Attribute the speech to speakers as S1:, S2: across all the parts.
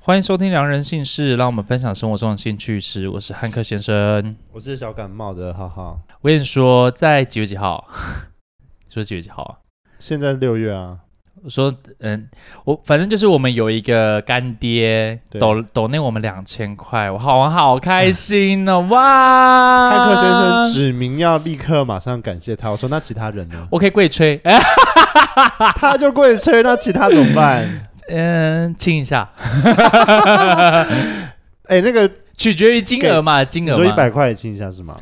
S1: 欢迎收听《良人姓氏》，让我们分享生活中的兴趣事。我是汉克先生。
S2: 我是小感冒的，哈哈。
S1: 我跟你说，在几月几号？ 说几月几号啊？
S2: 现在六月啊，
S1: 我说，嗯，我反正就是我们有一个干爹
S2: 对
S1: 抖抖内我们两千块，我好我好开心 哦！哇，？
S2: 汉克先生指明要立刻马上感谢他。我说那其他人呢
S1: 我可以跪吹，哎，
S2: 他就跪吹，那其他怎 么办？
S1: 嗯，亲一下，
S2: 哎、那个
S1: 取决于金额嘛，金
S2: 你
S1: 额
S2: 说
S1: 嘛，
S2: 一百块也亲一下是吗？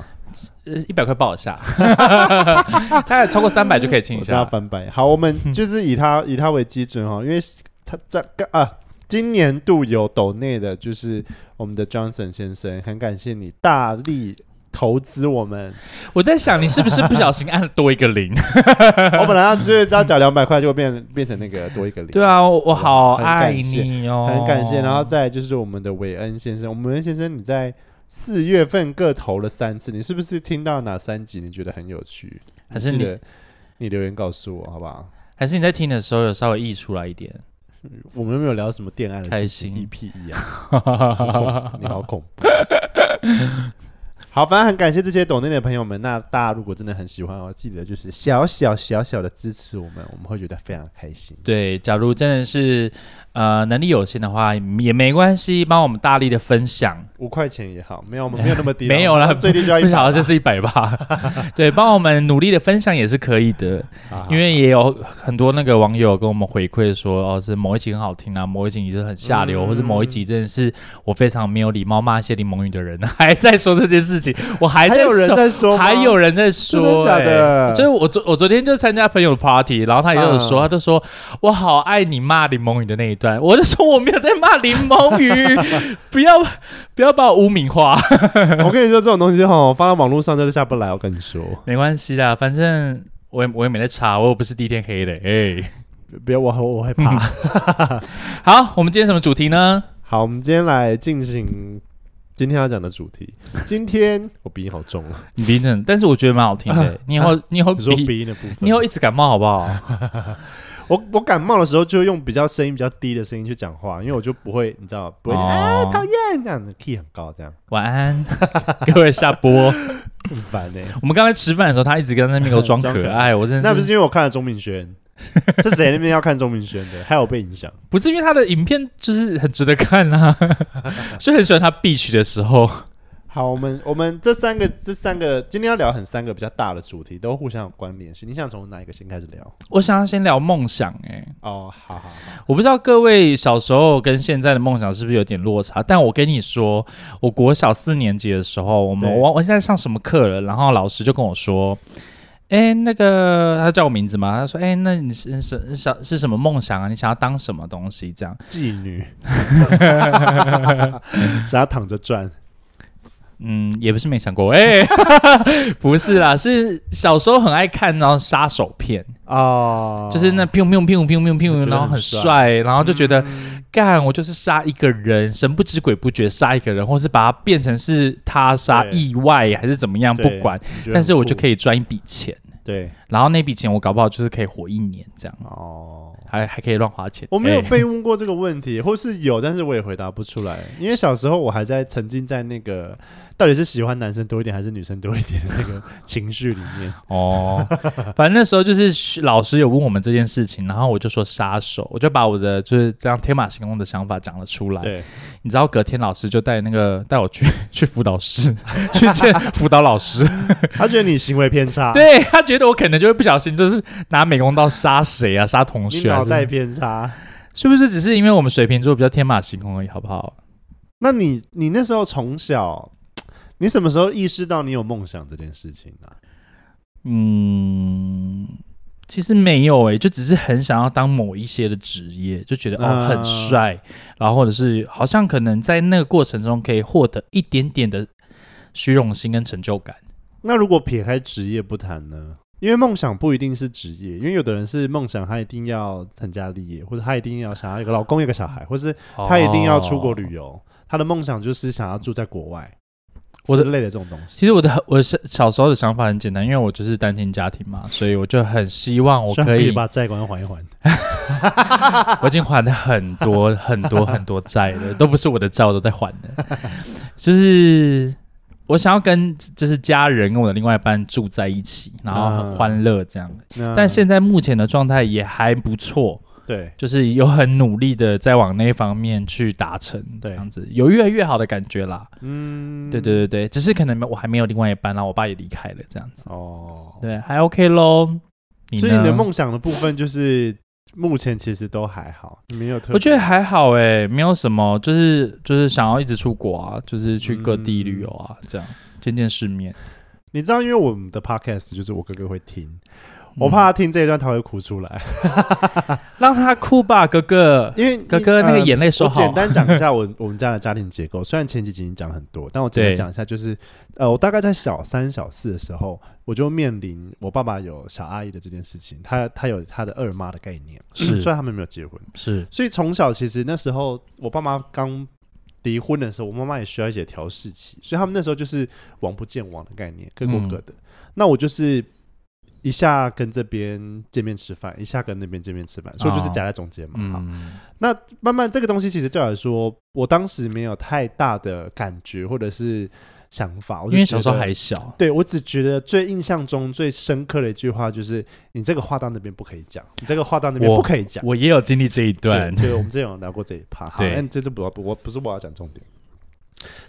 S1: 呃一百块报一下， 大概超过三百就可以亲一
S2: 我叫
S1: 下。
S2: 他翻白眼。好，我们就是以他 以他为基准哈，因为他在啊，今年度有抖内的，就是我们的 Johnson 先生，很感谢你大力。投资 我们，
S1: 我在想，你是不是不小心按了多一个零？
S2: 我本来要就是要讲两百块，就变变成那个多一个零。
S1: 对啊，我我好
S2: 很感
S1: 爱
S2: 谢
S1: 你哦，
S2: 很感谢。然后再来就是我们的韦恩先生，我们韦恩先生你在四月份各投了三次，你是不是听到哪三集你觉得很有趣？
S1: 还是
S2: 你
S1: 你
S2: 记得你留言告诉我好不好？
S1: 还是你在听的时候有稍微溢出来一 点，
S2: 我们有没有聊什么恋爱的
S1: 开
S2: 事
S1: 心
S2: 情 EPE 啊？很恐你好恐怖。 好，反正很感谢这些懂内的朋友们。那大家如果真的很喜欢哦，记得就是小小小小的支持我们，我们会觉得非常开心。
S1: 对，假如真的是呃能力有限的话，也没关系，帮我们大力的分享。
S2: 五块钱也好，没有我们没有那么低啦，
S1: 没有啦
S2: 我们最低就要一
S1: 不晓
S2: 百
S1: 得这是一百吧？ 对，帮我们努力的分享也是可以的，
S2: 啊，
S1: 因为也有很多那个网友跟我们回馈说，哦，是某一集很好听啊，某一集你就是很下流，
S2: 嗯
S1: 或者某一集真的是我非常没有礼貌，骂一些柠檬语的人， 还在说这件事情，我还
S2: 还
S1: 在
S2: 有人
S1: 受
S2: 在说吗，
S1: 还有人在说、
S2: 真的假的
S1: 欸就是我昨我昨天就参加朋友的 party，然后他也有说，
S2: 嗯
S1: 他就说我好爱你骂柠檬雨的那一段，我就说我没有在骂柠檬雨， 不要不要把我污名化，
S2: 我跟你说，这种东西哈，放到网络上真的下不来。我跟你说，
S1: 没关系啦，反正我也我也没在查，我又不是第一天黑的，哎、
S2: 别我我害怕。
S1: 好，我们今天什么主题呢？
S2: 嗯好，我们今天来进行今天要讲的主题。今天我鼻音好重 啊，
S1: 你鼻症，但是我觉得蛮好听的、你以后啊你以后
S2: 你说
S1: 鼻，
S2: 鼻音的部分，
S1: 你以后一直感冒好不好？
S2: 我我感冒的时候就用比较声音比较低的声音去讲话，因为我就不会，你知道不会、
S1: 哦
S2: 啊讨厌这样子，key 很高这样，
S1: 晚安， 各位下播。
S2: 很烦呢、
S1: 我们刚才吃饭的时候，他一直跟那边给我装
S2: 装
S1: 可
S2: 可
S1: 爱，我真的
S2: 那不是因为我看了钟明轩，是谁那边要看钟明轩的，害我被影响。
S1: 不是因为他的影片就是很值得看啊，所以很喜欢他 B 区的时候。
S2: 好，我们我们这三个这三个今天要聊很三个比较大的主题，都互相有关联性。你想从哪一个先开始聊？
S1: 我想要先聊梦想、欸，
S2: 哦，好好好，
S1: 我不知道各位小时候跟现在的梦想是不是有点落差，但我跟你说，我国小四年级的时候，我们
S2: 对
S1: 我我现在上什么课了，然后老师就跟我说。哎，那个，他叫我名字嘛？他说：“哎，那你是是想是什么梦想啊？你想要当什么东西？这样
S2: 妓 女，想要躺着赚，
S1: 嗯，也不是没想过，哎、 不是啦，是小时候很爱看然后杀手片，
S2: 哦
S1: 就是那 biu biu biu biu biu
S2: 觉
S1: biu，
S2: 得
S1: 然后很
S2: 很
S1: 帅，然后就觉得
S2: 嗯
S1: 干，我就是杀一个人，神不知鬼不觉杀一个人，或是把它变成是他杀
S2: 对
S1: 意外还是怎么样，不
S2: 对
S1: 管，
S2: 你觉得
S1: 但是
S2: 很
S1: 我就
S2: 酷
S1: 可以赚一笔钱，
S2: 对
S1: 然后那笔钱我搞不好就是可以活一年这样，
S2: 哦。
S1: 还还可以乱花钱。
S2: 我没有
S1: 哎
S2: 被问过这个问题，或是有，但是我也回答不出来，因为小时候我还在沉浸在那个到底是喜欢男生多一点还是女生多一点的那个情绪里 面。
S1: 哦，反正那时候就是老师有问我们这件事情，然后我就说杀手，我就把我的就是这样天马行空的想法讲了出来。
S2: 对，
S1: 你知道隔天老师就带那个带我去 去辅导室 去见辅导老师，
S2: 他觉得你行为偏差，
S1: 对他觉得我可能就会不小心就是拿美工刀杀谁啊，杀同
S2: 你
S1: 学、啊
S2: 脑
S1: 是，
S2: 袋偏差。
S1: 是不是只是因为我们水瓶座比较天马行空而已，好不好？
S2: 那你你那时候从小，你什么时候意识到你有梦想这件事情啊？
S1: 嗯，其实没有欸诶、就只是很想要当某一些的职业，就觉得哦
S2: 啊
S1: 很帅，然后或者是好像可能在那个过程中可以获得一点点的虚荣心跟成就感。
S2: 那如果撇开职业不谈呢？因为梦想不一定是职业，因为有的人是梦想，他一定要成家立业，或者他一定要想要有个老公、有哦个小孩，或是他一定要出国
S1: 哦
S2: 旅游。他的梦想就是想要住在国外，
S1: 我的
S2: 之类的这种东西。
S1: 其实我的我是小时候的想法很简单，因为我就是单亲家庭嘛，所以我就很希望我
S2: 希望
S1: 可以，
S2: 把债管还一还。
S1: 我已经还了很 多很多很多债了，都不是我的债，我都在还的。就是我想要跟就是家人跟我的另外一半住在一起，然后很
S2: 啊
S1: 欢乐这样。
S2: 那
S1: 但现在目前的状态也还不错，
S2: 对
S1: 就是有很努力的在往那方面去达成，这
S2: 对
S1: 样子有越来越好的感觉啦。
S2: 嗯
S1: 对对对对，只是可能我还没有另外一半，然后我爸也离开了，这样子。
S2: 哦，
S1: 对，还 OK 咯。你
S2: 所以你的
S1: 呢，
S2: 梦想的部分就是目前其实都还好，没有特别
S1: 我觉得还好诶、没有什么，就是就是想要一直出国啊，就是去各地旅游啊，这样见见世面。
S2: 你知道，因为我们的 podcast 就是我哥哥会听，
S1: 嗯
S2: 我怕他听这一段他会哭出来，
S1: 让他哭吧，哥哥，
S2: 因为
S1: 哥哥那个
S2: 呃
S1: 眼泪收
S2: 我
S1: 好。
S2: 简单讲一下我 我们家的家庭结构，虽然前几集已经讲很多，但我简单
S1: 对
S2: 讲一下，就是呃，我大概在小三、小四的时候，我就面临我爸爸有小阿姨的这件事情，他他有他的二妈的概念，
S1: 是
S2: 虽然他们没有结婚，
S1: 是
S2: 所以从小其实那时候我爸妈刚离婚的时候，我妈妈也需要一些调试期，所以他们那时候就是王不见王的概念，各过各的。
S1: 嗯
S2: 那我就是一下跟这边见面吃饭，一下跟那边见面吃饭，所以我就是夹在中间嘛。好
S1: 哦嗯，
S2: 那慢慢这个东西其实对我来说，我当时没有太大的感觉或者是想法，我就
S1: 因为小时候
S2: 觉得
S1: 还小，
S2: 对我只觉得最印象中最深刻的一句话就是：你这个话到那边不可以讲，你这个话到那边
S1: 我
S2: 不可以讲。
S1: 我也有经历这一段。
S2: 对，对我们之前有聊过这一趴。好，
S1: 对
S2: 但这次不不我不是我要讲重点。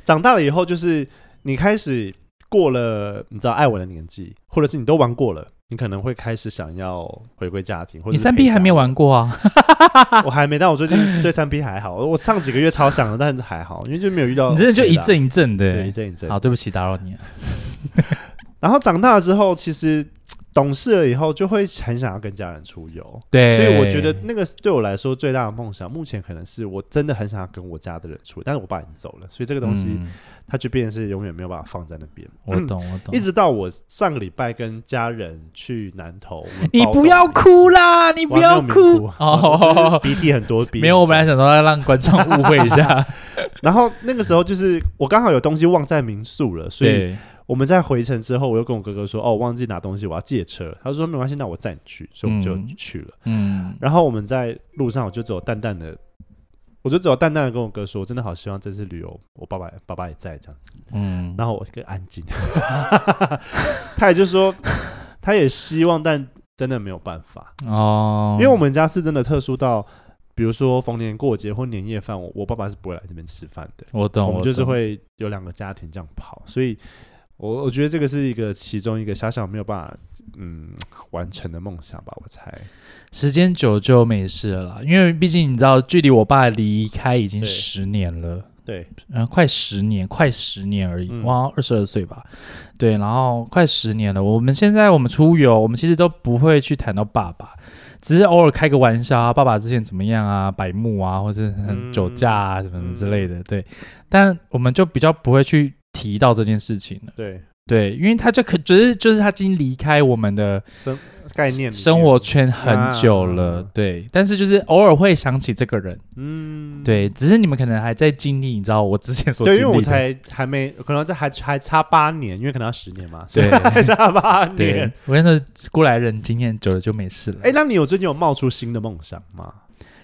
S2: 长大了以后，就是你开始过了你知道爱玩的年纪，或者是你都玩过了，你可能会开始想要回归家庭。或者
S1: 你
S2: 是
S1: 三
S2: 陪
S1: B
S2: 家
S1: 还没有
S2: 人，
S1: 玩过啊？
S2: 我还没，但我最近对三 B 还好。我上几个月超想的，但还好，因为就没有遇到。
S1: 你真的就一阵一阵的、欸
S2: 对一阵一阵。
S1: 好，哦对不起，打扰你了。
S2: 然后长大了之后，其实懂事了以后，就会很想要跟家人出游。
S1: 对，嗯
S2: 所以我觉得那个对我来说最大的梦想，目前可能是我真的很想要跟我家的人处，但是我爸已经走了，所以这个东西、
S1: 嗯
S2: 它就变成是永远没有办法放在那边。
S1: 我懂，我懂。
S2: 一直到我上个礼拜跟家人去南投，我们
S1: 你
S2: 包
S1: 不要
S2: 栋
S1: 哭啦，你不
S2: 我还
S1: 要
S2: 没有哭
S1: 哭 哦。
S2: 鼻涕很多，鼻
S1: 没有，我
S2: 们。
S1: 本来想说要让观众误会一下，
S2: 然后那个时候就是我刚好有东西忘在民宿了，所 以
S1: 对，
S2: 我们在回程之后，我又跟我哥哥说：“哦，我忘记拿东西，我要借车。”他说：“没关系，那我载你去。”所以我们就
S1: 嗯
S2: 去了。
S1: 嗯，
S2: 然后我们在路上，我就只有淡淡的，我就只有淡淡的跟我哥说，我真的好希望这次旅游，我爸爸爸爸也在这样子。
S1: 嗯，
S2: 然后我更安静， 他也就说，他也希望，但真的没有办法，
S1: 哦
S2: 因，为我们家是真的特殊到，比如说逢年过节或年夜饭，我我爸爸是不会来这边吃饭的，
S1: 我懂，
S2: 我们就是
S1: 懂，
S2: 会有两个家庭这样跑，所以。我我觉得这个是一个其中一个小小没有办法嗯完成的梦想吧，我猜。
S1: 时间久就没事了啦，因为毕竟你知道，距离我爸离开已经
S2: 对
S1: 十年了。
S2: 对，
S1: 嗯，快十年，快十年而已，
S2: 嗯
S1: 哇，二十二岁吧，对，然后快十年了。我们现在我们出游，我们其实都不会去谈到爸爸，只是偶尔开个玩笑啊，爸爸之前怎么样啊，百慕啊，或者很酒驾啊、什么之类的，
S2: 嗯
S1: 对。但我们就比较不会去提到这件事情了，
S2: 对，
S1: 对，因为他就可只是就是他已经离开我们的
S2: 概念里
S1: 生
S2: 面
S1: 活圈很久了，
S2: 啊
S1: 对。但是就是偶尔会想起这个人，
S2: 嗯，
S1: 对，只是你们可能还在经历，你知道我之前所经
S2: 对，
S1: 历
S2: 因
S1: 的，
S2: 为我才还没，可能这还还差八年，因为可能要十年嘛，所以
S1: 对
S2: 还差八
S1: 对
S2: 年。，
S1: 我跟你说，过来人经验久了就没事了。
S2: 哎，那你有最近有冒出新的梦想吗？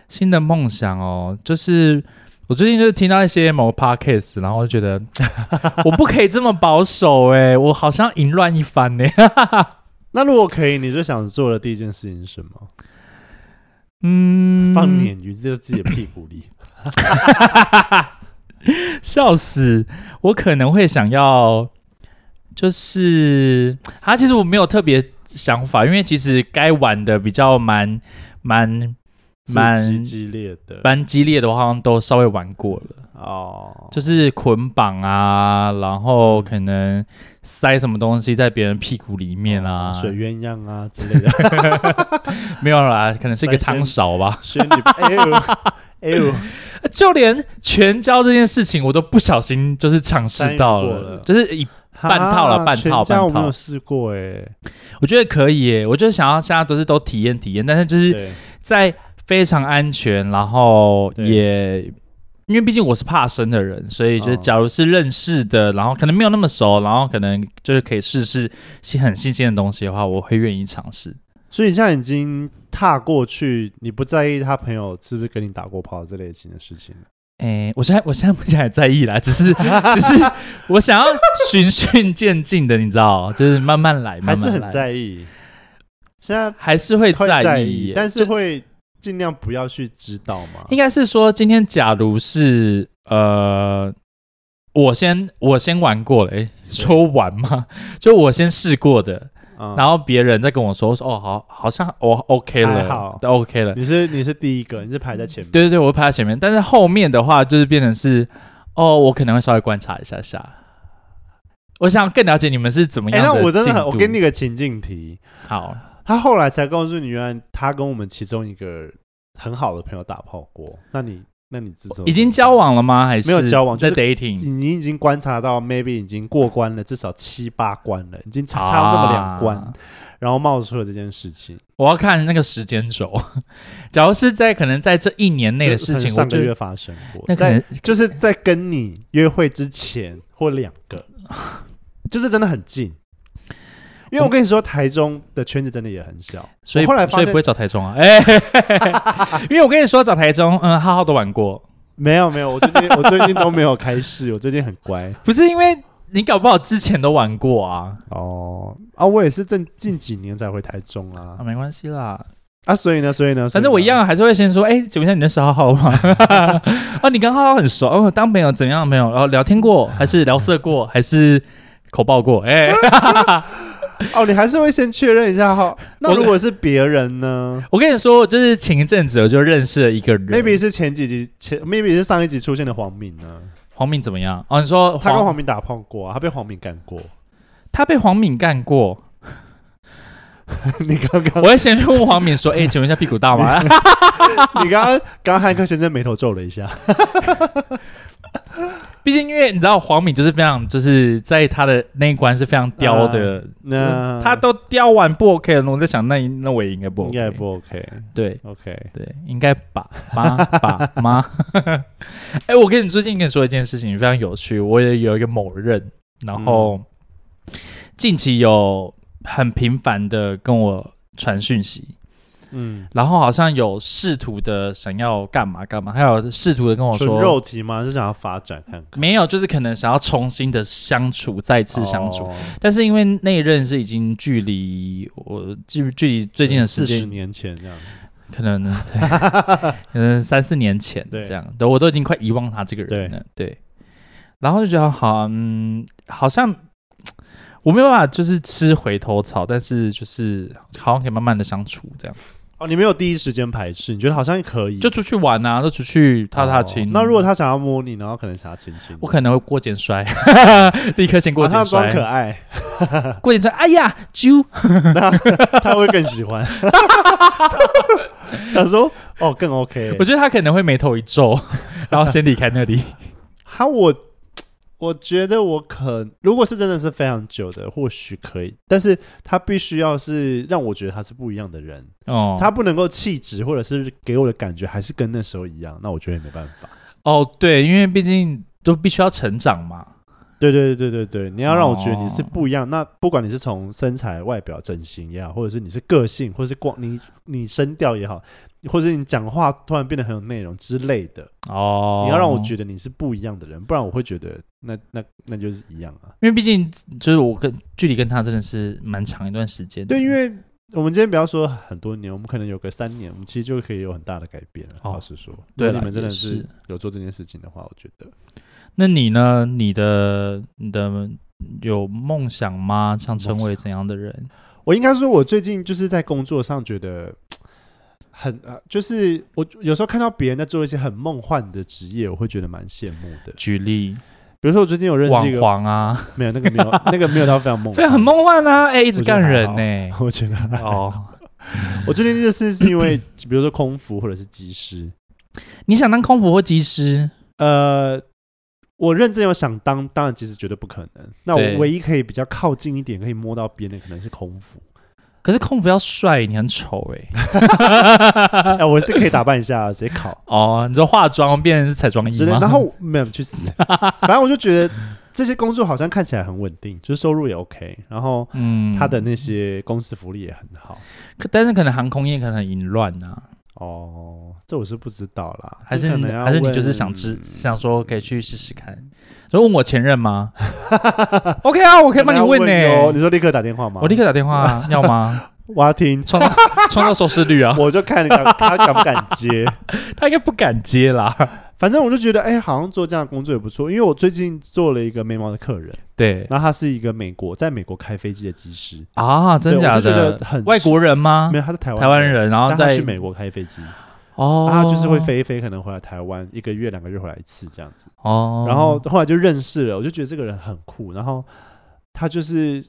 S1: 新的梦想哦，就是我最近就是听到一些某 podcast，然后我就觉得 我不可以这么保守哎、我好像淫乱一番哎呢、
S2: 那如果可以，你最想做的第一件事情是什么？
S1: 嗯，
S2: 放鲶鱼在自己的屁股里。
S1: 笑死！我可能会想要，就是啊，其实我没有特别想法，因为其实该玩的比较蛮蛮 蛮
S2: 刺激激烈的
S1: 蛮激烈的，我好像都稍微玩过了。
S2: 哦，
S1: 就是捆绑啊，然后可能塞什么东西在别人屁股里面啊，
S2: 水鸳鸯啊之类的。
S1: 没有啦，可能是一个汤勺吧。
S2: 所以 你哎呦哎呦，
S1: 就连全交这件事情，我都不小心就是尝试到
S2: 参与过
S1: 了
S2: 了，
S1: 就是一， 半套了
S2: 啊
S1: 半套
S2: 全家我
S1: 半
S2: 没
S1: 套
S2: 有试过哎。
S1: 我觉得可以耶，我就想要现在都是都体验体验，但是就是
S2: 对，
S1: 在非常安全，然后
S2: 对
S1: 也因为毕竟我是怕生的人，所以就是
S2: 嗯
S1: 假如是认识的，然后可能没有那么熟，然后可能就是可以试试新很新鲜的东西的话，我会愿意尝试。
S2: 所以你现在已经踏过去，你不在意他朋友是不是跟你打过炮这类型的事情了。
S1: 诶，我现在我现在目前还在意啦，只 是只是我想要循序渐进的，你知道，就是慢慢来，
S2: 还
S1: 慢慢
S2: 是
S1: 来
S2: 很在意。现在
S1: 还是会
S2: 会在
S1: 在
S2: 意
S1: 意，，啊
S2: 但是
S1: 就
S2: 会尽量不要去知道嘛。
S1: 应该是说，今天假如是呃，我先我先玩过了，诶，说玩吗？ 就我先试过的，
S2: 嗯
S1: 然后别人再跟我说，我说哦，好，好像我 OK
S2: 还
S1: 了
S2: 好
S1: ，OK 了，
S2: 你是你是第一个，你是排在前面。
S1: 对对对，我会排在前面，但是后面的话就是变成是，哦，我可能会稍微观察一下下。我想更了解你们是怎么
S2: 哎、
S1: 样
S2: 那我真的
S1: 进
S2: 很，我
S1: 度
S2: 给你个情境题。
S1: 好，
S2: 他后来才告诉你，原来他跟我们其中一个很好的朋友打炮过。那你那你自
S1: 已经交，往了吗？还是
S2: 没有交往
S1: 在
S2: 就是
S1: dating？
S2: 你已经观察到，maybe 已经过关了，至少七八关了，已经差差那么两关，
S1: 啊
S2: 然后冒出了这件事情。
S1: 我要看那个时间轴。 假如是在可能在这一年内的事
S2: 就
S1: 情，
S2: 是
S1: 我
S2: 上个
S1: 就
S2: 月发生过，
S1: 那可能
S2: 在就是在跟你约会之前或两 个，就是真的很近。因为我跟你说，台中的圈子真的也很小，
S1: 所以
S2: 我后来发
S1: 所
S2: 现
S1: 以不会找台中啊，哎、 嘿嘿嘿因为我跟你说找台中，嗯，浩浩都玩过，
S2: 没有没有，我最 近我最近都没有开市，我最近很乖
S1: 不是因为你搞不好之前都玩过啊，
S2: 哦啊，我也是近近几年才回台中啊
S1: 啊没关系啦，
S2: 啊，所以呢，所以呢，
S1: 反正我一样还是会先说，哎、请问一下你认识浩浩吗？ 啊，你跟浩浩很熟，哦，当朋友怎样？没有，然后聊天过，还是聊色过，还是口爆过？哎、
S2: 所以呢哦，你还是会先确认一下哈。那
S1: 我
S2: 如果是别 人呢
S1: 我跟你说，就是前一阵子我就认识了一个人
S2: ？maybe 是前几集前，maybe 是上一集出现的黄敏呢？
S1: 黄敏怎么样？哦，你说
S2: 他跟
S1: 黄
S2: 黄敏打碰过、啊，他被黄敏干 过。
S1: 他被黄敏干过，
S2: 你刚刚
S1: 我会先去问黄敏说，哎、请问一下屁股大吗？
S2: 你刚刚刚刚汉克先生眉头皱了 一下，
S1: 毕竟因为你知道黄敏就是非常就是在他的那一关是非常刁的，
S2: 啊那
S1: 他都刁完不 OK 了，我在想那那我也应该不 OK，
S2: 应该不 OK。
S1: 对
S2: OK，
S1: 对，应该把妈把 妈。哎、我跟你最近跟你说一件事情非常有趣，我也有一个某任，然
S2: 嗯
S1: 后近期有很频繁的跟我传讯息，
S2: 嗯，
S1: 然后好像有试图的想要干嘛干嘛，还有试图的跟我
S2: 纯
S1: 说
S2: 肉体吗？是想要发展看看，
S1: 没有，就是可能想要重新的相处，再次相处。
S2: 哦
S1: 但是因为那一任是已经距离我距距离最近的时
S2: 40
S1: 间，
S2: 年前这样子。
S1: 可 能对可能三四年前
S2: 对
S1: 这样，对我都已经快遗忘他这个人了。对，然后就觉得好，嗯，好像我没有办法就是吃回头草，但是就是好像可以慢慢的相处这样，
S2: 哦，你没有第一时间排斥，你觉得好像可以，
S1: 就出去玩啊，就出去踏踏青。
S2: 哦那如果他想要摸你，然后可能想要亲亲你，
S1: 我可能会过肩摔， 立刻先过
S2: 马上
S1: 肩
S2: 装
S1: 摔，
S2: 可爱，
S1: 过肩摔，哎呀，啾！
S2: 那他会更喜欢。想说哦，更 OK
S1: 我。觉得他可能会眉头一 皱，然后先离开那里。
S2: 他我我觉得我可如果是真的是非常久的，或许可以，但是他必须要是让我觉得他是不一样的人，
S1: 哦，
S2: 他不能够气质或者是给我的感觉还是跟那时候一样，那我觉得也没办法。
S1: 哦，对，因为毕竟都必须要成长嘛。
S2: 对对对对对，你要让我觉得你是
S1: 哦
S2: 不一样。那不管你是从身材、外表、整形也好，或者是你是个性，或者是光你你声调也好，或者是你讲话突然变得很有内容之类的，
S1: 哦，
S2: 你要让我觉得你是不一样的人，不然我会觉得那那那就是一样啊。
S1: 因为毕竟就是我跟距离跟他真的是蛮长一段时间的。
S2: 对，因为我们今天不要说很多年，我们可能有个三年，我们其实就可以有很大的改变了。
S1: 哦
S2: 老实说，
S1: 对
S2: 如果
S1: 啦
S2: 你们真的
S1: 也
S2: 是
S1: 是
S2: 有做这件事情的话，我觉得
S1: 那你呢？你的你的有梦想吗？想成为怎样的人？
S2: 我应该说，我最近就是在工作上觉得很呃，就是我有时候看到别人在做一些很梦幻的职业，我会觉得蛮羡慕的。
S1: 举例，
S2: 比如说，我最近有认识
S1: 网
S2: 一个，
S1: 黄啊，
S2: 没有那个没有 那个没有到非常梦，
S1: 非常很。梦幻啊！哎，一直
S2: 我觉
S1: 干
S2: 得还
S1: 人呢。
S2: 好我觉得还好，
S1: 哦，
S2: 我最近就是是因为比如说空服或者是机师，
S1: 你想当空服或机师？
S2: 呃，我认真有想当，当然其实绝对不可能。那
S1: 对
S2: 我唯一可以比较靠近一点，可以摸到边的，可能是空服。
S1: 可是空服要帅，你很丑哎、
S2: 哎、我是可以打扮一下，啊直接考
S1: 哦，你说化妆变成是彩妆
S2: 之
S1: 衣
S2: 类
S1: 吗？
S2: 的。然后没有 去死，反正我就觉得这些工作好像看起来很稳定，就是收入也 OK，然后
S1: 嗯，
S2: 他的那些公司福利也很好。
S1: 可，但是可能航空业可能很淫乱啊，
S2: 哦，这我是不知道啦，
S1: 还是
S2: 这可
S1: 你
S2: 能要
S1: 还是你就是想
S2: 问嗯
S1: 知想说可以去试试 看，所以问我前任吗？OK 啊，我可以帮你问呢、
S2: 哦你说立刻打电话吗？
S1: 我立刻打电话 啊，要吗？
S2: 我要听，
S1: 创造创造收视率 啊，
S2: 我就 看你敢他敢不敢接。
S1: 他应该不敢接啦。
S2: 反正我就觉得，哎、好像做这样的工作也不错。因为我最近做了一个眉毛的客人，
S1: 对
S2: 然后他是一个美国，在美国开飞机的技师，
S1: 啊，真
S2: 对
S1: 假
S2: 我就觉
S1: 的
S2: 得？很
S1: 外国人吗
S2: 没？有，他是台湾
S1: 啊台湾，人，然后
S2: 但他
S1: 再
S2: 去美国开飞机，
S1: 哦，
S2: 然后他就是会飞一飞，可能回来台湾一个月、两个月回来一次这样子。
S1: 哦，
S2: 然后后来就认识了，我就觉得这个人很酷，然后他就是。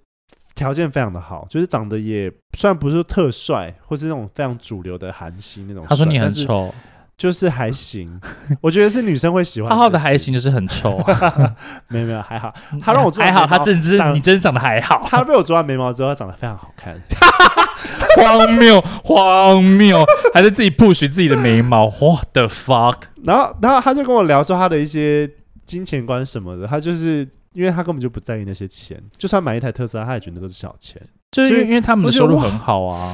S2: 条件非常的好，就是长得也虽然不是特帅，或是那种非常主流的韩星那种帅。
S1: 他说你很
S2: 但是
S1: 丑，
S2: 就是还行，我觉得是女生会喜欢。
S1: 浩浩的还，行就是很丑 啊，
S2: 没有没有 还好。他让我做
S1: 还好，
S2: 眉毛
S1: 他真知
S2: 长
S1: 你真长得还好，
S2: 他被我做完眉毛之后，他长得非常好看。
S1: 荒谬荒谬， 还是自己 push 自己的眉毛，what the fuck？
S2: 然后，然后他就跟我聊说他的一些金钱观什么的，他就是。因为他根本就不在意那些钱，就算买一台特斯拉，他也觉得都是小钱，
S1: 就是因
S2: 所
S1: 为
S2: 以
S1: 因为他们的
S2: 我觉
S1: 收
S2: 得
S1: 入
S2: 哇
S1: 很好啊，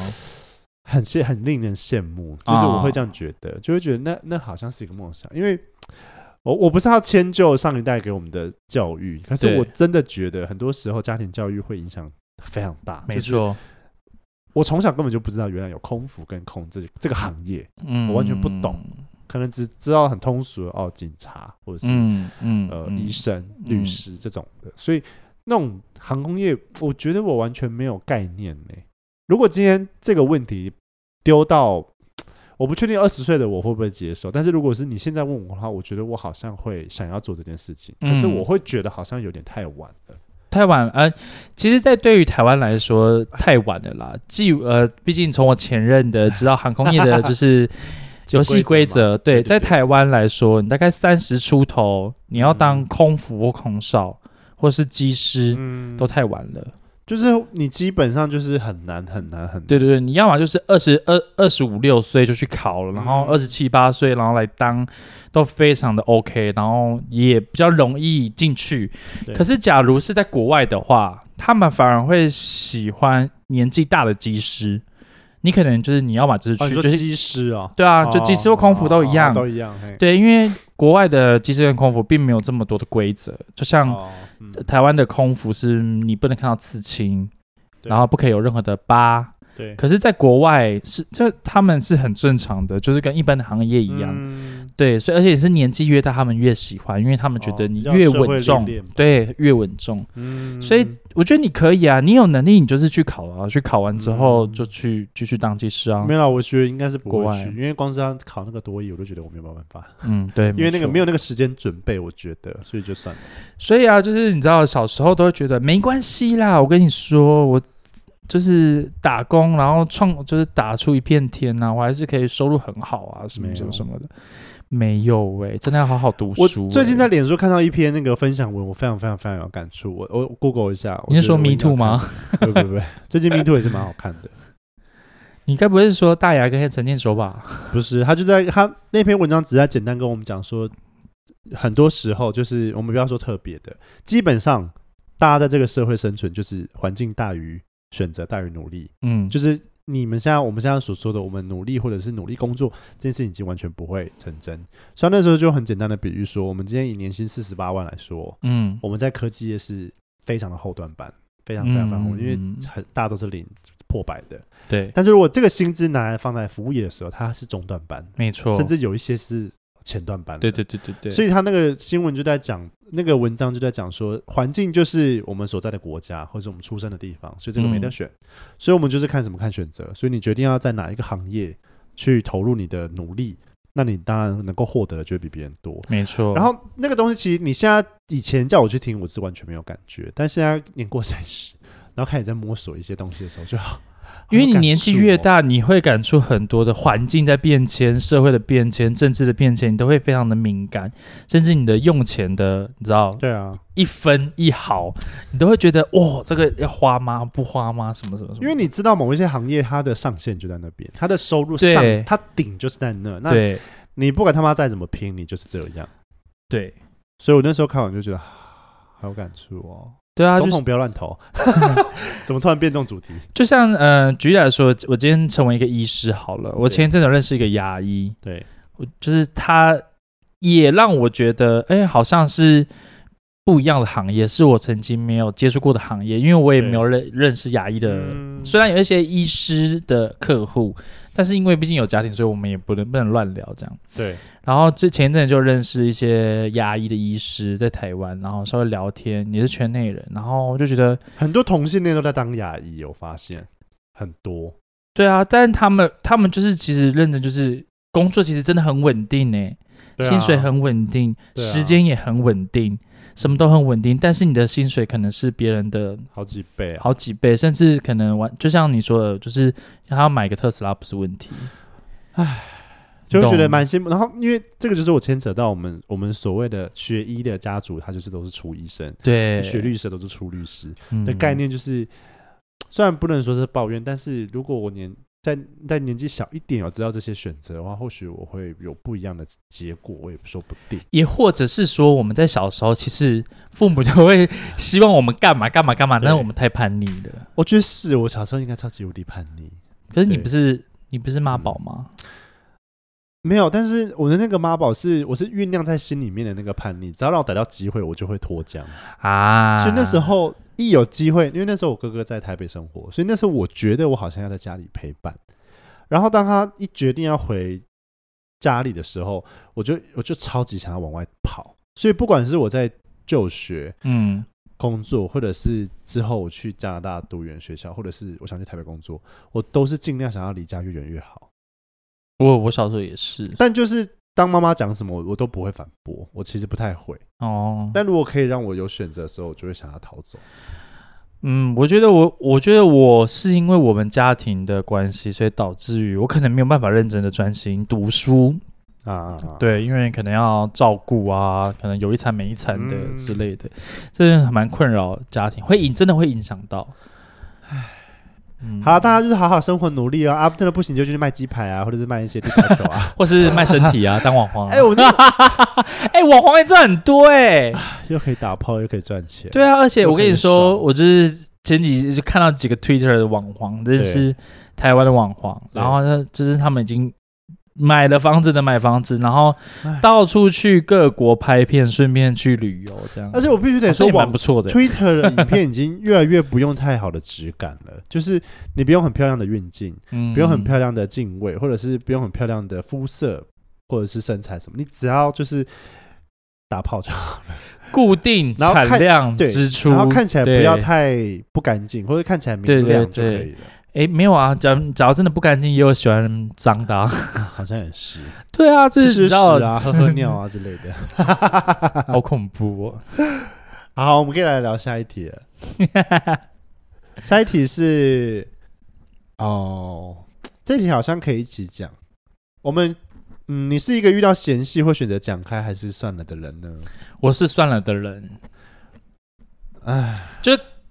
S2: 很羡很令人羡慕。就是我会这样觉得，就会觉得那那好像是一个梦想。因为我我不是要迁就上一代给我们的教育，可是
S1: 对
S2: 我真的觉得很多时候家庭教育会影响非常大。
S1: 没
S2: 就是
S1: 错，
S2: 我从小根本就不知道原来有空服跟空这这个行业，
S1: 嗯，
S2: 我完全不懂，可能只知道很通俗的哦，警察或者是、
S1: 嗯嗯，
S2: 呃
S1: 嗯
S2: 医生、
S1: 嗯
S2: 律师这种的，所以那种航空业，我觉得我完全没有概念呢、如果今天这个问题丢到，我不确定二十岁的我会不会接受，但是如果是你现在问我的话，我觉得我好像会想要做这件事情，可是
S1: 嗯
S2: 我会觉得好像有点太晚了。
S1: 太晚了，呃，其实，在对于台湾来说太晚了啦。既呃，毕竟从我前任的知道航空业的 就是游戏规则，
S2: 对
S1: 对，
S2: 对对
S1: 在台湾来说，你大概三十出头，你要当空服或空少，或是机师，
S2: 嗯
S1: 都太晚了。
S2: 就是你基本上就是很难很难很难。
S1: 对对对，你要么就是二十二二十五六岁就去考了，然后
S2: 嗯
S1: 二十七八岁，然后来当，都非常的 OK，然后也比较容易进去
S2: 对。
S1: 可是假如是在国外的话，他们反而会喜欢年纪大的技师。你可能就是你要么就是
S2: 哦，你
S1: 去、
S2: 说
S1: 就是
S2: 机师哦，
S1: 对啊，就技师或空服都一样。
S2: 哦都一样。嘿
S1: 对，因为国外的技师跟空服并没有这么多的规则，就像、
S2: 哦嗯
S1: 呃台湾的空服是你不能看到刺青，
S2: 对
S1: 然后不可以有任何的疤。
S2: 对，
S1: 可是，在国外是这他们是很正常的，就是跟一般的行业一样。
S2: 嗯
S1: 对，所以而且是年纪越大，他们越喜欢，因为他们觉得
S2: 哦
S1: 你
S2: 要
S1: 越
S2: 社会
S1: 稳重，
S2: 历练吧
S1: 对，越稳重。
S2: 嗯
S1: 所以我觉得你可以啊，你有能力，你就是去考啊，去考完之后
S2: 嗯
S1: 就去继续当技师啊
S2: 没。有啦，我觉得应该是不
S1: 国
S2: 会
S1: 外
S2: 去，因为光是要考那个多艺，我都觉得我没有办法，
S1: 嗯，对，
S2: 因为那个没
S1: 有。
S2: 有那个时间准备，我觉得，所以就算了。
S1: 所以啊，就是你知道，小时候都会觉得没关系啦。我跟你说，我就是打工，然后创就是打出一片天呐、啊，我还是可以收入很好啊，什么什么什么的。没有喂、真的要好好读
S2: 我
S1: 书、
S2: 最近
S1: 欸
S2: 在脸书看到一篇那个分享文，我非常非常非常有感触。我我 Google 一下，我
S1: 你是
S2: 觉
S1: 说
S2: 得我应
S1: Me
S2: 该
S1: Too 吗？
S2: 看？不不不，最近 Me Too 也是蛮好看的。
S1: 你该不会是说大牙跟陈建州吧？
S2: 不是，他就在他那篇文章只是在简单跟我们讲说，很多时候就是我们不要说特别的，基本上大家在这个社会生存就是环境大于选择大于努力。
S1: 嗯，
S2: 就是你们现在我们现在所说的，我们努力或者是努力工作这件事情已经完全不会成真。所以那时候就很简单的比喻说，我们今天以年薪四十八万来说，
S1: 嗯，
S2: 我们在科技业是非常的后段班，非常非常非常后段，
S1: 嗯
S2: 因为很大都是零破百的。
S1: 对，
S2: 但是如果这个薪资拿来放在服务业的时候，它是中段班，
S1: 没错，
S2: 甚至有一些是前段班。
S1: 对对对对对，
S2: 所
S1: 以
S2: 以他那个新闻就在讲，那个文章就在讲说，环境就是我们所在的国家或者我们出生的地方，所以这个没得选。所以我们就是看什么看选择，所以你决定要在哪一个行业去投入你的努力，那你当然能够获得的就会比别人多。
S1: 没错。
S2: 然后那个东西，其实你现在以前叫我去听，我是完全没有感觉，但现在年过三十，然后开始在摸索一些东西的时候，就好
S1: 因为你年纪越
S2: 大。
S1: 大，你会感触很多的环境在变迁、社会的变迁、政治的变迁，你都会非常的敏感，甚至你的用钱的，你知道
S2: 对啊，
S1: 一分一毫，你都会觉得哇，这个要花吗？不花吗？什么什么什么？
S2: 因为你知道某一些行业它的上限就在那边，它的收入
S1: 对
S2: 上它顶就是在那。那
S1: 对
S2: 你不管他妈再怎么拼，你就是这样。
S1: 对
S2: 所以我那时候看完就觉得啊好有感触哦。
S1: 对啊，就是
S2: 总统不要乱 投，怎么突然变这种主题？
S1: 就像呃，举例来说，我今天成为一个医师好了，我
S2: 对
S1: 前一阵子有认识一个牙医，
S2: 对，
S1: 我就是他也让我觉得，哎、好像是不一样的行业，是我曾经没有接触过的行业，因为我也
S2: 对
S1: 没有认认识牙医的。
S2: 嗯
S1: 虽然有一些医师的客户，但是因为毕竟有家庭，所以我们也不能不能乱聊这样。
S2: 对
S1: 然后之前一阵子就认识一些牙医的医师在台湾，然后稍微聊天，也是圈内人，然后我就觉得，
S2: 很多同性恋都在当牙医，我发现很多。
S1: 对啊，但他们他们就是其实认真就是工作，其实真的很稳定呢、
S2: 对啊
S1: 薪水很稳定，
S2: 对啊
S1: 时间也很稳定，什么都很稳定。但是你的薪水可能是别人的
S2: 好几倍啊，
S1: 好几倍，甚至可能完，就像你说的，就是他要买个特斯拉不是问题。
S2: 就会觉得
S1: 懂
S2: 蛮羡慕。然后因为这个就是我牵扯到我们我们所谓的学医的家族，他就是都是出医生，
S1: 对，
S2: 学律师都是出律师。
S1: 嗯
S2: 的概念就是，虽然不能说是抱怨，但是如果我年在在年纪小一点有知道这些选择的话，或许我会有不一样的结果，我也说不定。
S1: 也或者是说，我们在小时候，其实父母都会希望我们干嘛干嘛干嘛，
S2: 对
S1: 但是我们太叛逆了。
S2: 我觉得是我小时候应该超级无敌叛逆，
S1: 可是你
S2: 对
S1: 不是你不是妈宝吗？
S2: 没有，但是我的那个妈宝是我是酝酿在心里面的那个叛逆，只要让我逮到机会，我就会脱缰。
S1: 啊，
S2: 所以那时候一有机会，因为那时候我哥哥在台北生活，所以那时候我觉得我好像要在家里陪伴。然后当他一决定要回家里的时候，我就我就超级想要往外跑。所以不管是我在就学、
S1: 嗯，
S2: 工作，或者是之后我去加拿大读语言学校，或者是我想去台北工作，我都是尽量想要离家越远越好。
S1: 我我小时候也是
S2: 但就是当妈妈讲什么，我我都不会反驳，我其实不太会。
S1: 哦。
S2: 但如果可以让我有选择的时候，我就会想要逃走。
S1: 嗯，我觉得我，我觉得我是因为我们家庭的关系，所以导致于我可能没有办法认真的专心读书。
S2: 啊啊，啊，
S1: 对，因为可能要照顾啊，可能有一餐没一餐的
S2: 嗯
S1: 之类的，这还蛮困扰家庭，会影真的会影响到。嗯
S2: 好，大家就是好好生活，努力哦啊！真的不行就去卖鸡排啊，或者是卖一些地瓜球 啊。
S1: 或是卖身体啊，当网红、啊。
S2: 哎，我那
S1: 哎、网红也赚很多哎、
S2: 又可以打炮，又可以赚钱。
S1: 对啊，而且我跟你
S2: 又可以哦
S1: 说，
S2: 爽
S1: 我就是前几日就看到几个 Twitter 的网红，认识台湾的网红，
S2: 对
S1: 然后呢，就是他们已经买了房子的买房子，然后
S2: 唉
S1: 到处去各国拍片，顺便去旅游这样。
S2: 而且我必须得
S1: 好像
S2: 说，
S1: 也
S2: 网
S1: 蛮不错的，
S2: Twitter 的影片已经越来越不用太好的质感了， 就是你不用很漂亮的运镜，
S1: 嗯
S2: 不用很漂亮的敬畏，或者是不用很漂亮的肤色，或者是身材什么，你只要就是打炮就好，
S1: 固定
S2: 然后看
S1: 产量
S2: 对
S1: 支出，
S2: 然后看起来不
S1: 对
S2: 要太不干净，或者看起来
S1: 对
S2: 明
S1: 对
S2: 亮就可
S1: 对
S2: 以了。
S1: 哎，没有啊，只要只要真的不干净，也有喜欢脏的、 啊。
S2: 好像也是，
S1: 对啊，这
S2: 吃
S1: 是你知
S2: 吃屎
S1: 道
S2: 啊，喝喝尿啊之类的。
S1: 好恐怖哦。
S2: 好，我们可以来聊下一题 了。下一题是哦，这题好像可以一起讲。我们嗯，你是一个遇到嫌隙会选择讲开还是算了的人呢？
S1: 我是算了的人，
S2: 哎，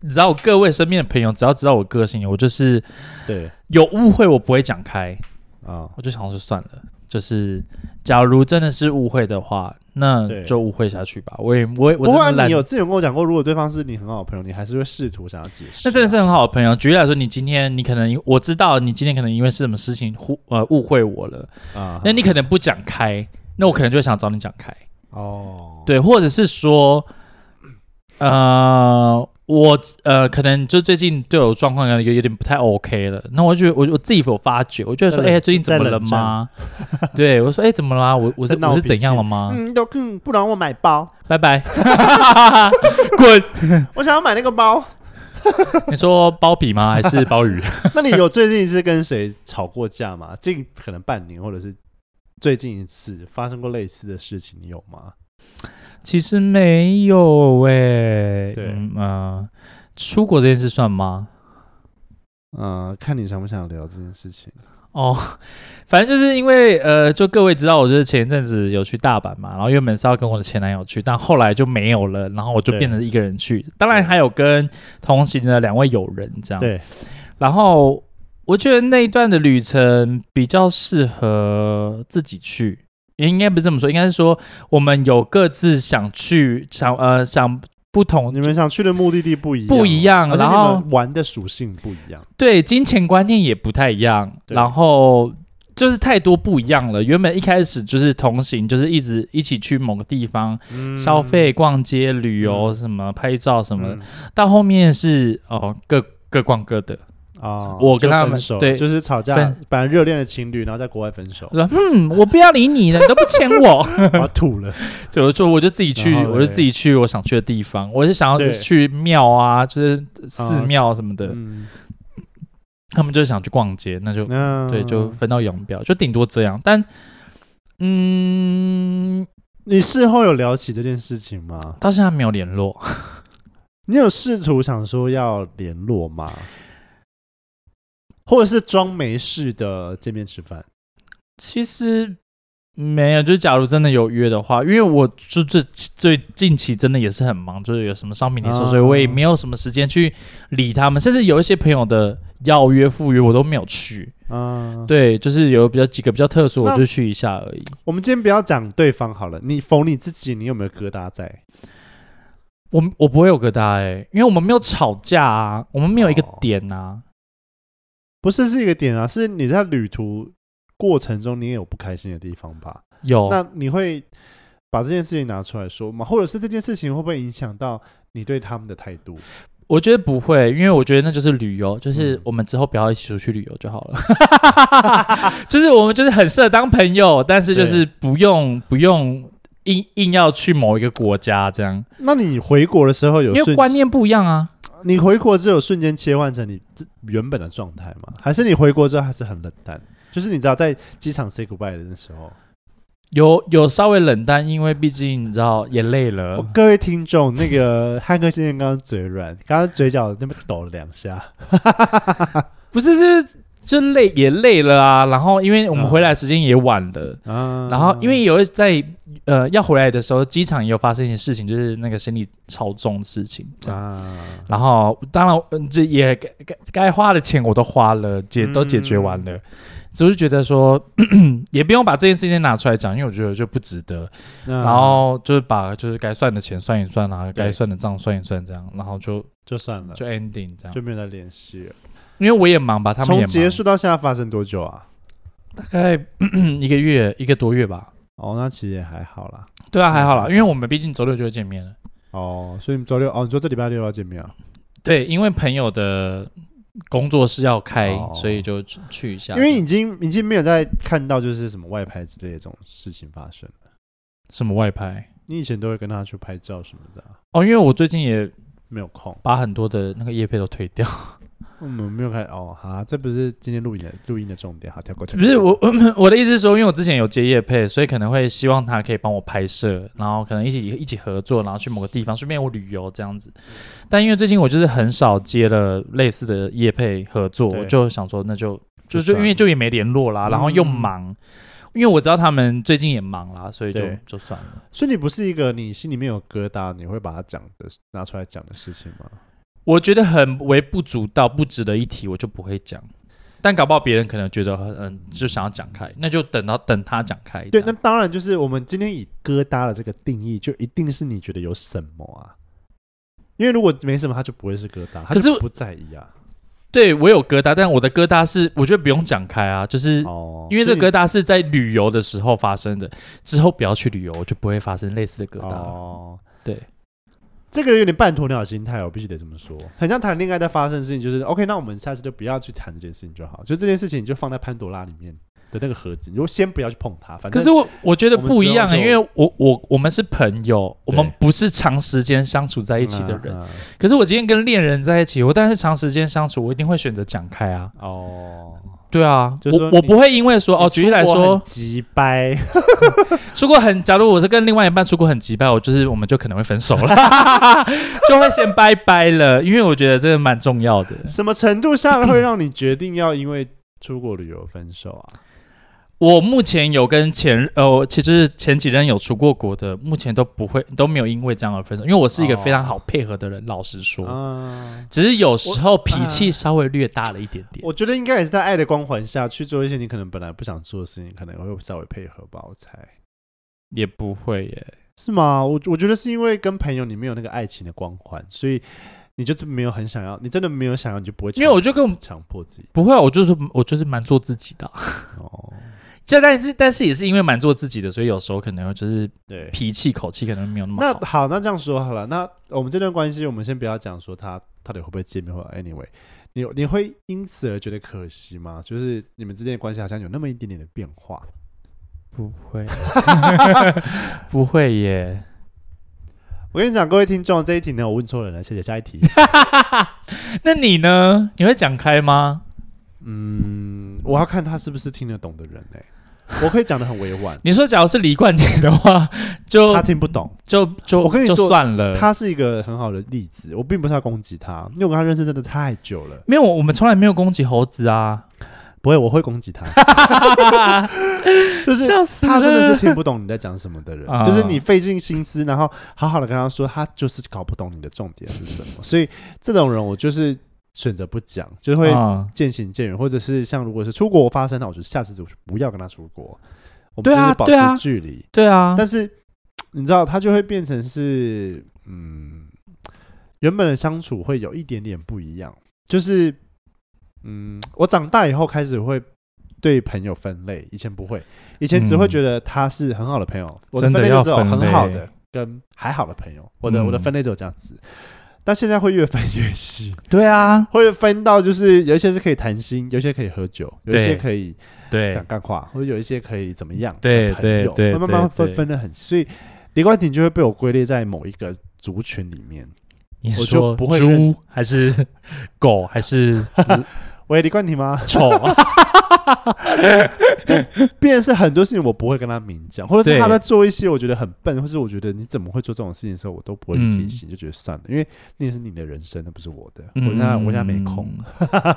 S1: 你知道各位身边的朋友，只要知道我个性，我就是
S2: 对啊、
S1: 有误会我不会讲开，
S2: 哦
S1: 我就想说算了，就是假如真的是误会的话，那
S2: 对
S1: 就误会下去吧。我也我也我
S2: 不
S1: 真
S2: 过
S1: 的
S2: 啊
S1: 懒
S2: 你，有之前跟我讲过，如果对方是你很好的朋友，你还是会试图想要解释啊。
S1: 那真的是很好的朋友。举例来说，你今天你可能因我知道你今天可能因为是什么事情忽呃误会我了，
S2: 啊，
S1: 那你可能不讲开，那我可能就会想找你讲开，
S2: 哦，
S1: 对，或者是说，呃。我呃，可能就最近对我状况可能有有点不太 OK 了，那我就我我自己有发觉，我就会说，
S2: 在
S1: 哎、
S2: 冷
S1: 最近怎么了吗？对，我说，哎、怎么啦？我我是
S2: 在闹
S1: 我是
S2: 脾
S1: 怎样
S2: 气
S1: 了吗？
S2: 嗯，都嗯，不然我买包，
S1: 拜拜，滚！
S2: 我想要买那个包。
S1: 你说包比吗？还是包 鱼？
S2: 那你有最近一次跟谁吵过架吗？ 近可能半年，或者是最近一次发生过类似的事情，你有吗？
S1: 其实没有诶、哎
S2: 对
S1: 嗯、呃，出国这件事算吗？
S2: 嗯，看你想不想聊这件事情。啊
S1: 哦， 反正就是因为呃，就各位知道，我就是前一阵子有去大阪嘛，然后原本是要跟我的前男友去，但后来就没有了，然后我就
S2: 对
S1: 变成一个人去。当然还有跟同行的两位友人这样。
S2: 对，
S1: 然后我觉得那一段的旅程比较适合自己去，也应该不是这么说，应该是说我们有各自想去想呃想不同
S2: 你们想去的目的地不一样，
S1: 不一样啊
S2: 而且
S1: 然
S2: 你
S1: 后
S2: 们玩的属性不一样。
S1: 对金钱观念也不太一样，
S2: 对
S1: 然后就是太多不一样了。原本一开始就是同行，就是一直一起去某个地方、
S2: 嗯
S1: 消费、逛街、旅游、什么拍照什么的，
S2: 嗯
S1: 到后面是哦各各逛各的。
S2: 啊，
S1: 我跟
S2: 就
S1: 他
S2: 分
S1: 们
S2: 手
S1: 对
S2: 就是吵架
S1: 分，
S2: 本来热恋的情侣，然后在国外分 手，
S1: 我说嗯，我不要理你了，你都不牵 我。
S2: 然后吐了。
S1: 就我就我就自己去，
S2: 然后嘞
S1: 我就自己去我想去的地方。我是想要
S2: 对
S1: 去庙啊，就是寺
S2: 啊
S1: 庙什么的。
S2: 嗯，
S1: 他们就想去逛街，那就
S2: 那
S1: 对，就分道扬镳，就顶多这样。但，嗯，
S2: 你事后有聊起这件事情吗？
S1: 到现在没有联络。
S2: 你有试图想说要联络吗？或者是装没事的见面吃饭？
S1: 其实没有，就假如真的有约的话，因为我就最最近期真的也是很忙，就是有什么商品零售，
S2: 啊
S1: 所以我也没有什么时间去理他们。甚至有一些朋友的邀约、赴约，我都没有去。
S2: 啊，，
S1: 对，就是有比较几个比较特殊，
S2: 那
S1: 我就去一下而已。
S2: 我们今天不要讲对方好了，你否你自己，你有没有疙瘩在？
S1: 我我不会有疙瘩哎、因为我们没有吵架啊，我们没有一个
S2: 哦
S1: 点啊。
S2: 不是是一个点啊，是你在旅途过程中你也有不开心的地方吧？
S1: 有
S2: 那你会把这件事情拿出来说吗？或者是这件事情会不会影响到你对他们的态度？
S1: 我觉得不会，因为我觉得那就是旅游，就是
S2: 嗯
S1: 我们之后不要一起出去旅游就好了。 就是我们就是很适合当朋友，但是就是不用不用硬硬要去某一个国家这样，
S2: 那你回国的时候有
S1: 因为
S2: 瞬
S1: 观念不一样啊。
S2: 你回国之后有瞬间切换成你自原本的状态吗？还是你回国之后还是很冷淡？就是你知道在机场 say goodbye 的时候，
S1: 有有稍微冷淡，因为毕竟你知道也累了。
S2: 哦各位听众，那个汉克先生刚刚嘴软，刚刚嘴角那边抖了两下，
S1: 不是，就是就累也累了啊。然后因为我们
S2: 嗯
S1: 回来时间也晚了，
S2: 啊
S1: 然后因为有一在呃要回来的时候，机场也有发生一些事情，就是那个行李超重的事情这样。
S2: 啊，
S1: 然后当然嗯这也该该该花的钱我都花了，解都解决完了。
S2: 嗯
S1: 只是觉得说， 也不用把这件事情拿出来讲，因为我觉得就不值得。
S2: 那
S1: 然后就是把就是该算的钱算一算啊，
S2: 嗯对
S1: 该算的账算一算，这样，然后就
S2: 就算了，就
S1: 就 ending 这样。
S2: 没有再联系了。
S1: 因为我也忙吧，他们也
S2: 从
S1: 忙。
S2: 结束到现在发生多久啊？
S1: 大概 一个月一个多月吧。
S2: 哦，那其实也还好啦。
S1: 对啊，还好啦，因为我们毕竟周六就会见面了。
S2: 哦，所以你们周六哦，你说这礼拜六要见面啊？
S1: 对，因为朋友的工作室要开，
S2: 哦
S1: 所以就去去一下。
S2: 因为已经已经没有再看到就是什么外拍之类的这种事情发生了。
S1: 什么外拍
S2: 你以前都会跟他去拍照什么的啊、
S1: 哦，因为我最近也
S2: 没有空。
S1: 把很多的那个叶配都退掉。
S2: 我们没有看哦，哈，这不是今天录影的录音的重点，好跳过 去。
S1: 不是我 我的意思是说，因为我之前有接叶配，所以可能会希望他可以帮我拍摄，然后可能一起一起合作，然后去某个地方，顺便我旅游这样子。但因为最近我就是很少接了类似的叶配合作，
S2: 对
S1: 我就想说那就就
S2: 就
S1: 就
S2: 算
S1: 因为就也没联络啦，然后又
S2: 嗯
S1: 忙。因为我知道他们最近也忙啦，所以就
S2: 对
S1: 就算了。
S2: 所以你不是一个你心里面有疙瘩，你会把它讲的拿出来讲的事情吗？
S1: 我觉得很微不足道、不值得一提，我就不会讲。但搞不好别人可能觉得很嗯，就想要讲开，那就等到等他讲开。
S2: 对，啊
S1: 这
S2: 那
S1: 样
S2: 当然就是我们今天以疙瘩的这个定义，就一定是你觉得有什么啊？因为如果没什么，它就不会是疙瘩，
S1: 可
S2: 它
S1: 是
S2: 就不在意啊。
S1: 对我有疙瘩，但我的疙瘩是我觉得不用讲开啊，就是
S2: 哦，
S1: 因为这
S2: 所
S1: 疙
S2: 以
S1: 瘩是在旅游的时候发生的，之后不要去旅游，我就不会发生类似的疙
S2: 你
S1: 瘩。
S2: 哦，
S1: 对，
S2: 这个人有点半鸵鸟心态，我必须得这么说，很像谈恋爱在发生的事情，就是 OK，那我们下次就不要去谈这件事情就好，就这件事情你就放在潘多拉里面的那个盒子，你就先不要去碰它，反正嗯
S1: 可是我我觉得
S2: 我们
S1: 不一
S2: 之后
S1: 样啊、
S2: 就
S1: 因为我我我们是朋友，我
S2: 对
S1: 们不是长时间相处在一起的人。
S2: 嗯嗯
S1: 可是我今天跟恋人在一起，我当然是长时间相处，我一定会选择讲开啊。
S2: 嗯哦，
S1: 对啊，
S2: 就是说
S1: 我我
S2: 你
S1: 不会因为说哦，举例来说，
S2: 急掰，
S1: 出国很，假如我是跟另外一半出国很急掰，我就是我们就可能会分手了， 就会先拜拜了，因为我觉得这个蛮重要的。
S2: 什么程度上会让你决定要因为出国旅游分手啊？
S1: 我目前有跟前呃，其实前几任有出过国的，目前都不会都没有因为这样而分手，因为我是一个非常好配合的人，老实说，
S2: 啊，
S1: 只是有时候脾气稍微略大了一点点。
S2: 我啊觉得应该也是在爱的光环下去做一些你可能本来不想做的事情，可能会稍微配合吧，我猜。
S1: 也不会耶，
S2: 是吗？我我觉得是因为跟朋友你没有那个爱情的光环，所以你就是没有很想要，你真的没有想要，你就不会强。
S1: 因为我就跟我
S2: 强迫自己
S1: 不会啊，我就是我就是蛮做自己的啊、
S2: 哦，
S1: 这但是但是也是因为蛮做自己的，所以有时候可能就是
S2: 对。
S1: 脾气口气可能没有那么
S2: 那
S1: 好。
S2: 好，那这样说好了，那我们这段关系，我们先不要讲说他到底会不会见面或 anyway，你你会因此而觉得可惜吗？就是你们之间的关系好像有那么一点点的变化。
S1: 不 会，不会耶。
S2: 我跟你讲，各位听众，这一题呢，我问错人了，谢谢。下一题，
S1: 那你呢？你会讲开吗？，
S2: 嗯，我要看他是不是听得懂的人呢、我可以讲的很委婉
S1: 你说，假如是李冠廷的话， 就
S2: 他听不懂。
S1: 就就
S2: 我跟你说
S1: 就算了。
S2: 他是一个很好的例子，我并不是要攻击他，因为我跟他认识真的太久了。
S1: 没有，我们从来没有攻击猴子啊，
S2: 不会，我会攻击他， 就 是
S1: 笑死
S2: 他
S1: 了。
S2: 真的是听不懂你在讲什么的人，
S1: 啊
S2: 就是你费尽心思，然后好好的跟他说，他就是搞不懂你的重点是什 么。所以这种人，我就是选择不讲，就会
S1: 啊
S2: 渐行渐远，或者是像如果是出国发生，那我就下次就不要跟他出国，我们
S1: 对啊
S2: 就是保
S1: 对啊
S2: 持距离。
S1: 对啊，
S2: 但是你知道，他就会变成是，嗯，原本的相处会有一点点不一样。就是，嗯，我长大以后开始会对朋友分类，以前不会，以前只会
S1: 嗯
S2: 觉得他是很好的朋友，我的
S1: 真的
S2: 分类就
S1: 要
S2: 只有
S1: 分
S2: 很好的
S1: 类
S2: 跟还好的朋友，我的、我的
S1: 嗯
S2: 分类只有这样子。但现在会越分越细，
S1: 对啊，
S2: 会分到就是有一些是可以谈心，有一些可以喝酒，有一些
S1: 对
S2: 可以
S1: 对
S2: 讲干话，或者有一些可以怎么样的
S1: 对
S2: 朋
S1: 对
S2: 友
S1: 对
S2: 会慢慢
S1: 对
S2: 分
S1: 对
S2: 分的很细，所以李冠廷就会被我归类在某一个族群里面。
S1: 你
S2: 我就
S1: 说
S2: 不会
S1: 猪还是狗还是
S2: 喂，李冠廷吗？
S1: 丑？
S2: 变成是很多事情我不会跟他明讲，或者是
S1: 对
S2: 他在做一些我觉得很笨，或是我觉得你怎么会做这种事情的时候，我都不会
S1: 嗯
S2: 提醒，就觉得算了，因为那是你的人生，那不是我的，
S1: 嗯
S2: 我现在我现在没空。。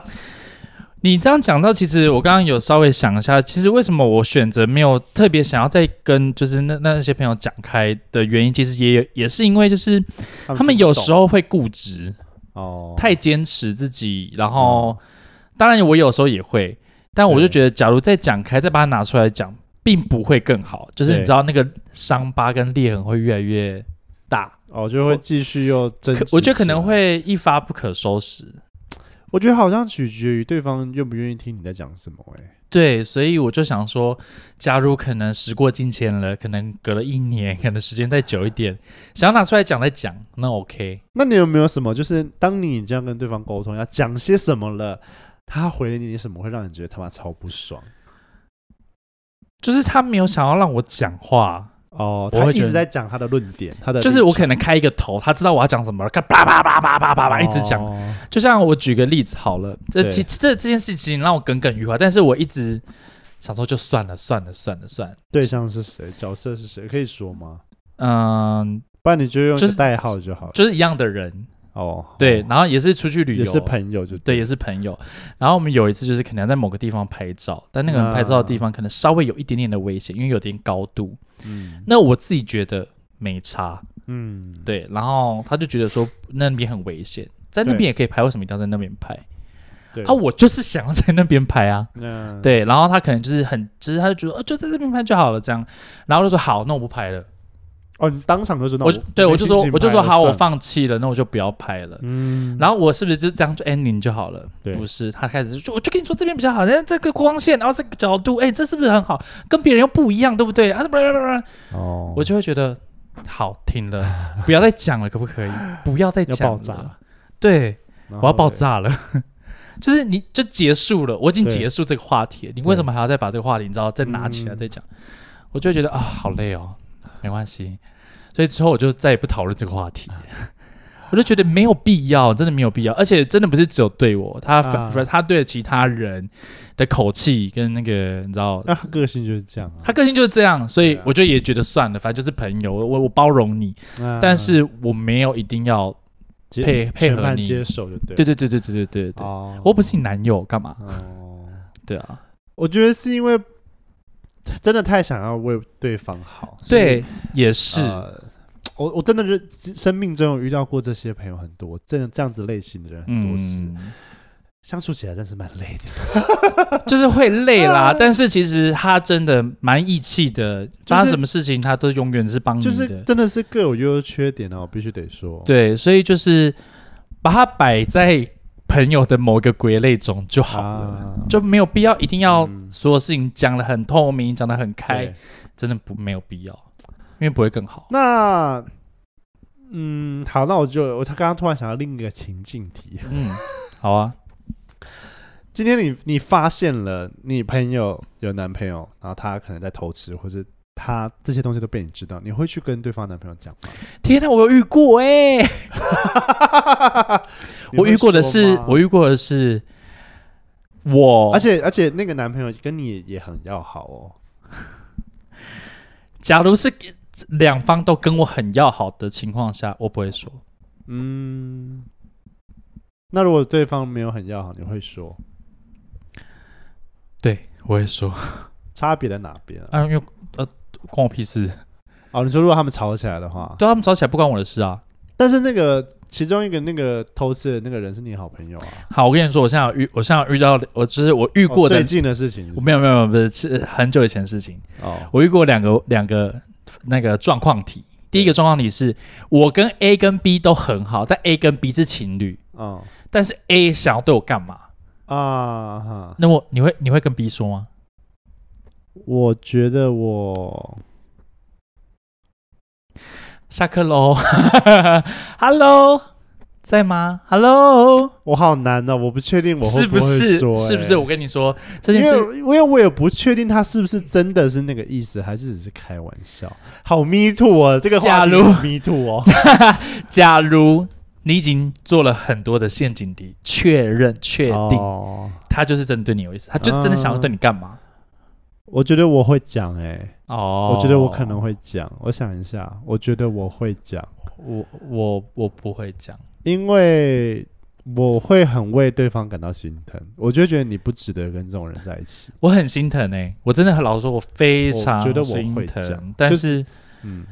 S1: 你这样讲到，其实我刚刚有稍微想一下，其实为什么我选择没有特别想要再跟就是那那些朋友讲开的原因，其实也有也是因为就是他们
S2: 听不
S1: 有时
S2: 懂
S1: 候会固执，
S2: 哦
S1: 太坚持自己，然后、当然我有时候也会，但我就
S2: 对
S1: 觉得假如再讲开，再把它拿出来讲，并不会更好，就是你
S2: 对
S1: 知道那个伤疤跟裂痕会越来越大，
S2: 哦，就会继续又争
S1: 可
S2: 执
S1: 我觉得可
S2: 起
S1: 能
S2: 来，
S1: 会一发不可收拾。
S2: 我觉得好像取决于对方愿不愿意听你在讲什么、欸。
S1: 对，所以我就想说，假如可能时过境迁了，可能隔了一年，可能时间再久一点，想要拿出来讲再讲，那 OK。
S2: 那你有没有什么，就是当你这样跟对方沟通，要讲些什么了，他回你什么，会让你觉得他妈超不爽？
S1: 就是他没有想要让我讲话，
S2: 哦，
S1: 我
S2: 他
S1: 会
S2: 一
S1: 觉
S2: 直
S1: 得
S2: 在讲他的论点，他的
S1: 就是我可
S2: 能
S1: 能开一个头，他知道我要讲什么了，看叭叭叭叭叭叭叭一直讲。就像我举个例子好了，这
S2: 哦对
S1: 其这这件事情让我耿耿于怀，但是我一直想说就算了算了算了算了，
S2: 对象是谁，角色是谁，可以说吗？
S1: 嗯，
S2: 不然你就用
S1: 就
S2: 个
S1: 是
S2: 代号就好了。
S1: 就是一样的人，
S2: 哦，
S1: 对，
S2: 哦，
S1: 然后也是出去旅游，
S2: 也是朋友就
S1: 对，也是朋友。然后我们有一次就是可能要在某个地方拍照，但那个人拍照的
S2: 啊
S1: 地方可能稍微有一点点的危险，因为有点高度。
S2: 嗯
S1: 那我自己觉得没差，
S2: 嗯，
S1: 对。然后他就觉得说那边很危险，在那边
S2: 对
S1: 也可以拍，为什么一定要在那边拍？
S2: 对嗯
S1: 啊，我就是想要在那边拍啊。
S2: 那
S1: 对，然后他可能就是很，就是他就觉得，呃，就在这边拍就好了，这样，然后我就说好，那我不拍了，
S2: 哦，你当场就说那
S1: 我就对
S2: 没
S1: 我就
S2: 心
S1: 说
S2: 情
S1: 我就
S2: 拍
S1: 说
S2: 了
S1: 好，我
S2: 算了
S1: 放弃了，那我就不要拍了。
S2: 嗯，
S1: 然后我是不是就这样就 ending 就好了？
S2: 对
S1: 不是，他开始就说，我就跟你说这边比较好，那这个光线，然后这个角度，哎，这是不是很好？跟别人又不一样，对不对？啊，不不不
S2: 哦
S1: 不，我就会觉得好停了，不要再讲了，可不可以？不要再
S2: 要
S1: 讲
S2: 爆
S1: 了
S2: 炸，，
S1: 对，
S2: 然
S1: 我要啊
S2: 后
S1: 爆
S2: 嘞，
S1: 炸了。 就是你就结束了，我已经
S2: 对
S1: 结束这个话题了，你为什么还要再把这个话题，你知道再拿起来
S2: 嗯
S1: 再讲？我就会觉得啊，好累哦，没关系。所以之后我就再也不讨论这个话题。 我就觉得没有必要，真的没有必要，而且真的不是只有对我，他反、
S2: 啊
S1: 他对其他人的口气跟那个你知道，
S2: 那个性就是这样啊
S1: 他个性就是这样，所以
S2: 对啊
S1: 我就也觉得算了，反正就是朋友，我我我包容你，
S2: 啊。
S1: 但是我没有一定要，
S2: 接
S1: 配配合
S2: 全盘
S1: 你
S2: 接受就对了。
S1: 对对对对对对对对，
S2: 哦
S1: 我不是你男友干嘛？
S2: 哦，
S1: 对啊，
S2: 我觉得是因为真的太想要为对方好。所以
S1: 对，也是，
S2: 呃我我真的是生命中有遇到过这些朋友很多，这这样子类型的人很多是、
S1: 嗯，
S2: 相处起来真是蛮累的。
S1: 就是会累 啦，但是其实他真的蛮义气的，发生什么事情他都永远是帮你
S2: 就
S1: 的，
S2: 是真的是各有优缺点啊，我必须得说。，
S1: 嗯对，所以就是把它摆在朋友的某个归类中就好了，
S2: 啊，
S1: 就没有必要一定要
S2: 嗯
S1: 所有事情讲的很透明，讲的很开
S2: 对，。
S1: 真的不没有必要，因为不会更好。
S2: 那嗯，好，那我就我他刚刚突然想到另一个情境题。
S1: 嗯，好啊，
S2: 今天你你发现了你朋友有男朋友，然后他可能在偷吃，或是他这些东西都被你知道，你会去跟对方男朋友讲吗？
S1: 天
S2: 啊
S1: 哪，我有遇过
S2: 欸
S1: 哎、
S2: 你
S1: 我
S2: 会
S1: 遇过的
S2: 说
S1: 是
S2: 吗，
S1: 我遇过的是我，
S2: 而且而且那个男朋友跟你也很要好哦。
S1: 假如是两方都跟我很要好的情况下，我不会说。
S2: 嗯，那如果对方没有很要好，你会说
S1: 对，我会说，
S2: 差别在哪边啊？
S1: 啊，因为呃，关我屁事。
S2: 哦，你说如果他们吵起来的话，
S1: 对他们吵起来不关我的事啊。
S2: 但是那个其中一个那个偷吃的那个人是你好朋友啊，
S1: 好，我跟你说，我现在有遇，我现在有遇到，我只是我遇过
S2: 哦
S1: 的，
S2: 最近的事情
S1: 我没有没有没有，不是是很久以前的事情。
S2: 哦，
S1: 我遇过两个两个那个状况题。第一个状况题是我跟 A 跟 B 都很好，但 A 跟 B 是情侣，
S2: 哦
S1: 但是 A 想要对我干嘛？
S2: 啊哈，
S1: 那我你会你会跟 B 说吗？
S2: 我觉得我
S1: 下课 喽，Hello，在吗？Hello，
S2: 我好难哦，我不确定我会
S1: 是
S2: 不
S1: 不是
S2: 会说
S1: 是不是？
S2: 欸
S1: 我跟你说这
S2: 因
S1: 件事
S2: 为因为我也不确定他是不是真的是那个意思，还是只是开玩笑。好 me too 哦，这个话题
S1: 假如
S2: 很 me too 哦，
S1: 假如你已经做了很多的陷阱题，确认确定、
S2: 哦
S1: 他就是真的对你有意思，他就真的想要对你干嘛？
S2: 我觉得我会讲哎、
S1: 哦
S2: 我觉得我可能会讲。我想一下，我觉得我会讲，
S1: 我我我不会讲，
S2: 因为我会很为对方感到心疼。我就会觉得你不值得跟这种人在一起。
S1: 我很心疼哎、我真的很老实说，我非常
S2: 我觉得我
S1: 心
S2: 会
S1: 疼
S2: 讲，
S1: 但
S2: 就是嗯，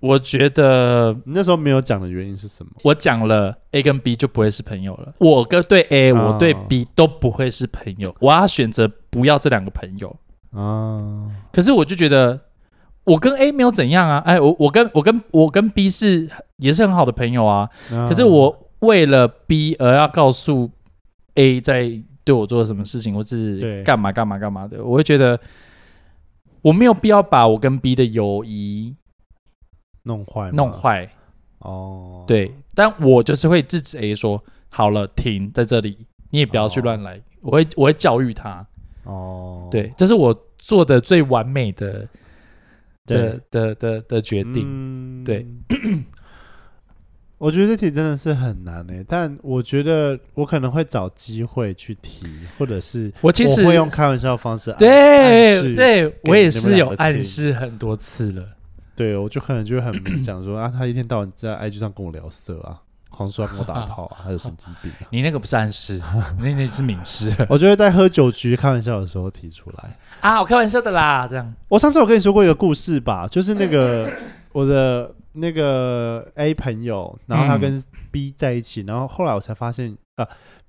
S1: 我觉得
S2: 你那时候没有讲的原因是什么？
S1: 我讲了 A 跟 B 就不会是朋友了，我跟对 A，、
S2: 哦
S1: 我对 B 都不会是朋友，我要选择不要这两个朋友。
S2: 啊，
S1: 可是我就觉得我跟 A 没有怎样啊，哎，我我跟我跟我跟 B 是也是很好的朋友啊，
S2: 那
S1: 可是我为了 B 而要告诉 A 在对我做了什么事情，或是
S2: 对
S1: 干嘛干嘛干嘛的，我会觉得我没有必要把我跟 B 的友谊
S2: 弄坏吗
S1: 弄坏。
S2: 哦，，
S1: 对，但我就是会制止 A 说，好了，停在这里，你也不要去乱来。我会我会教育他，
S2: 哦，
S1: 对，这是我做的最完美的的
S2: 对嗯
S1: 的的的决定。
S2: 定
S1: 对。
S2: 我觉得这题真的是很难诶、但我觉得我可能会找机会去提，或者是
S1: 我其实
S2: 我会用开玩笑的方式暗暗
S1: 对
S2: 示
S1: 对，我也
S2: 给你们
S1: 是
S2: 两
S1: 有
S2: 个
S1: 暗
S2: 听
S1: 示很多次了。
S2: 对，我就可能就会很明讲说啊，他一天到晚在 IG 上跟我聊色啊，狂说要跟我打炮啊，还有神经病 啊。
S1: 你那个不是暗 示，你那是明示
S2: 我就会在喝酒局开玩笑的时候提出来。
S1: 啊！我开玩笑的啦，这样。
S2: 我上次有跟你说过一个故事吧，就是那个我的那个 A 朋友，然后他跟 B 在一起，然后后来我才发现啊、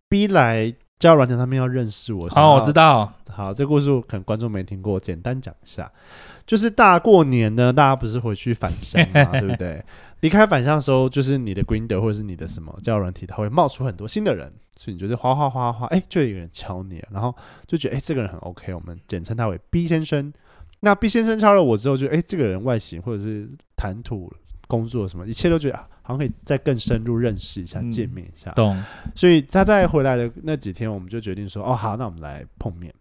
S2: b 来交友软件上面要认识我。想要
S1: 哦，我知。道，
S2: 好，这故事我可能观众没听过，我简单讲一下。就是大过年呢，大家不是回去返乡嘛，对不对？离开返乡的时候，就是你的 Grinder 或者是你的什么交友软体，它会冒出很多新的人，所以你就是哗哗哗哗，哎，就有一个人敲你了，然后就觉得哎，这个人很 OK，我们简称他为 B 先生。那 B 先生敲了我之后就，哎，这个人外形或者是谈吐、工作什么，一切都觉得、啊、好像可以再更深入认识一下、
S1: 嗯
S2: 见面一下。
S1: 懂。
S2: 所以他在回来的那几天，我们就决定说，哦，好，那我们来碰面。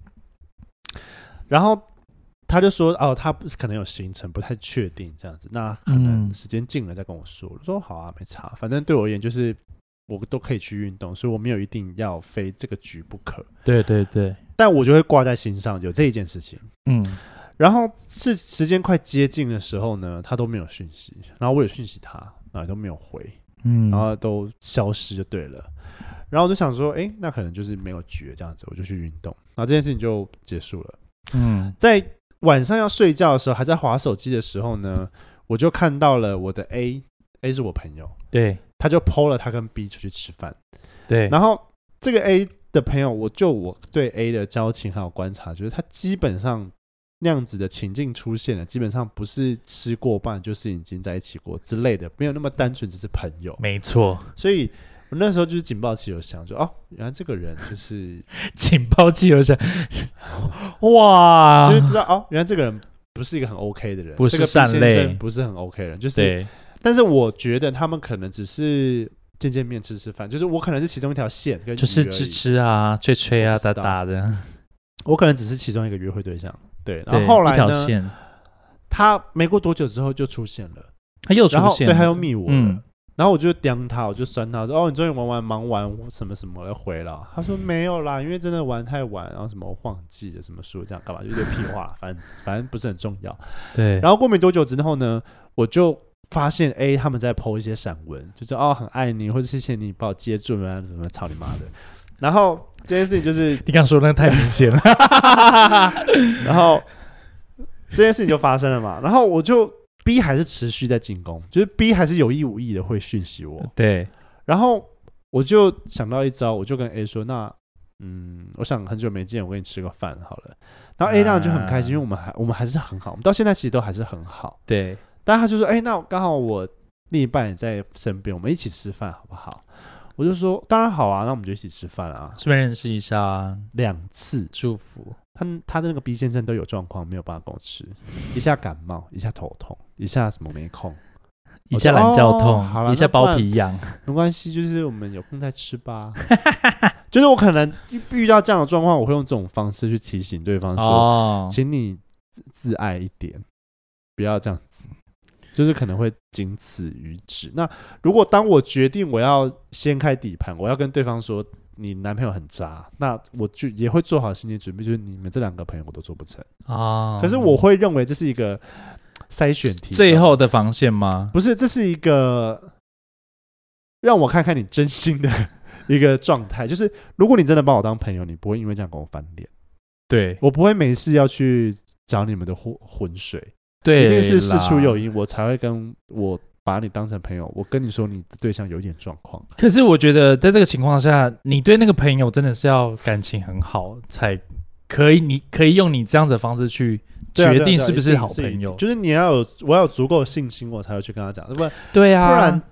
S2: 然后他就说哦，他不可能有行程，不太确定这样子，那可能
S1: 嗯
S2: 时间近了再跟我说。我说好啊，没差，反正对我而言就是我都可以去运动，所以我没有一定要非这个局不可，
S1: 对对对，
S2: 但我就会挂在心上有这一件事情。
S1: 嗯，
S2: 然后是时间快接近的时候呢，他都没有讯息，然后我有讯息他，然后也都没有回，
S1: 嗯，
S2: 然后都消失就对了。然后我就想说，哎，那可能就是没有局了这样子，我就去运动，然后这件事情就结束了。
S1: 嗯
S2: 在晚上要睡觉的时候，还在划手机的时候呢，我就看到了我的 A，A 是我朋友，
S1: 对
S2: 他就 PO 了他跟 B 出去吃饭，
S1: 对，
S2: 然后这个 A 的朋友，我就我对 A 的交情还有观察，就是他基本上那样子的情境出现了，基本上不是吃过饭就是已经在一起过之类的，没有那么单纯只是朋友，
S1: 没错，
S2: 所以。我那时候就是警报器有响，就哦，原来这个人就是
S1: 警报器有响， 哇，
S2: 就是知道哦，原来这个人不是一个很 OK 的人，
S1: 啊不是
S2: 这个 B
S1: 善
S2: 先
S1: 类
S2: 生不是很 OK 的人，就是
S1: 对，
S2: 但是我觉得他们可能只是见见面吃吃饭，就是我可能是其中一条线跟
S1: 就是
S2: 鱼而已
S1: 吃，吃啊、吹吹啊、
S2: 我不
S1: 打
S2: 知道
S1: 打的，
S2: 我可能只是其中一个约会对象。对，然
S1: 对，
S2: 后后
S1: 一
S2: 来
S1: 条
S2: 呢，
S1: 线，
S2: 他没过多久之后就出现了，
S1: 他又出
S2: 然后
S1: 现
S2: 对
S1: 了，
S2: 他又密我了，
S1: 嗯
S2: 然后我就刁他，我就酸他说：“哦，你终于玩完忙完什么什么了回了。”他说：“没有啦，因为真的玩太晚，然后什么忘记了什么书这样干嘛，就一堆屁话，反正反正不是很重要。”
S1: 对，
S2: 然后过没多久之后呢，我就发现 A 他们在 PO 一些散文，就是哦很爱你，或者谢谢你把我接住啊，什么操你妈的。然后这件事情就是，
S1: 你刚说那个太明 显了，
S2: 然后这件事情就发生了嘛。然后我就 B 还是持续在进攻，就是 B 还是有意无意的会讯息我。
S1: 对，
S2: 然后我就想到一招，我就跟 A 说，那嗯，我想很久没见，我跟你吃个饭好了。然后 A 当然就很开心，因为我们还我们还是很好，我们到现在其实都还是很好。
S1: 对，
S2: 但他就说：“哎、那刚好我另一半也在身边，我们一起吃饭好不好？”我就说：“当然好啊，那我们就一起吃饭啊。
S1: 顺便认识一下啊，”
S2: 两次，
S1: 祝福，
S2: 他他的那个 B 先生都有状况，没有办法跟我吃，一下感冒，一下头痛，一下什么没空，
S1: 一下懒觉
S2: 哦好啦
S1: 痛，一下
S2: 那不然
S1: 包皮痒，
S2: 没关系，就是我们有空再吃吧。 就是我可能遇到这样的状况，我会用这种方式去提醒对方说：“
S1: 哦，
S2: 请你自自爱一点，不要这样子，就是可能会仅此于止。那如果当我决定我要掀开底盘，我要跟对方说你男朋友很渣，那我就也会做好心理准备，就是你们这两个朋友我都做不成。
S1: 哦，
S2: 可是我会认为这是一个筛选题，
S1: 最后的防线吗？
S2: 不是，这是一个让我看看你真心的 一个状态，就是如果你真的把我当朋友，你不会因为这样跟我翻脸，
S1: 对
S2: 我不会没事要去找你们的浑浑水。
S1: 对，
S2: 一定是事出有。因，我才会跟我把你当成朋友。我跟你说，你的对象有一点状况，
S1: 可是我觉得在这个情况下，你对那个朋友真的是要感情很好才可以，你可以用你这样的方式去
S2: 对啊
S1: 决
S2: 对啊
S1: 定
S2: 对啊
S1: 是不
S2: 一
S1: 是
S2: 定
S1: 好
S2: 一
S1: 朋
S2: 定
S1: 友。
S2: 就是你要有我要有足够的信心，我才会去跟他讲，要不然
S1: 对啊，
S2: 不然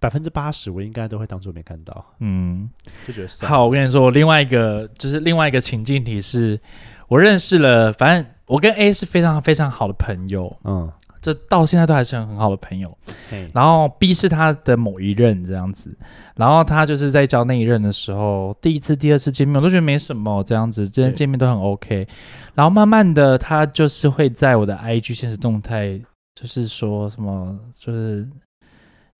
S2: 百分之八十我应该都会当做没看到，
S1: 嗯，
S2: 就觉得算了
S1: 好，我跟你说，我另外一个就是另外一个情境题是，我认识了，反正我跟 A 是非常非常好的朋友，
S2: 嗯，
S1: 这到现在都还是很很好的朋友。
S2: 嘿
S1: 然后 B 是他的某一任这样子，然后他就是在交那一任的时候，第一次、第二次见面我都觉得没什么这样子，真的
S2: 对
S1: 见面都很 OK。然后慢慢的，他就是会在我的 IG 现实动态，就是说什么，就是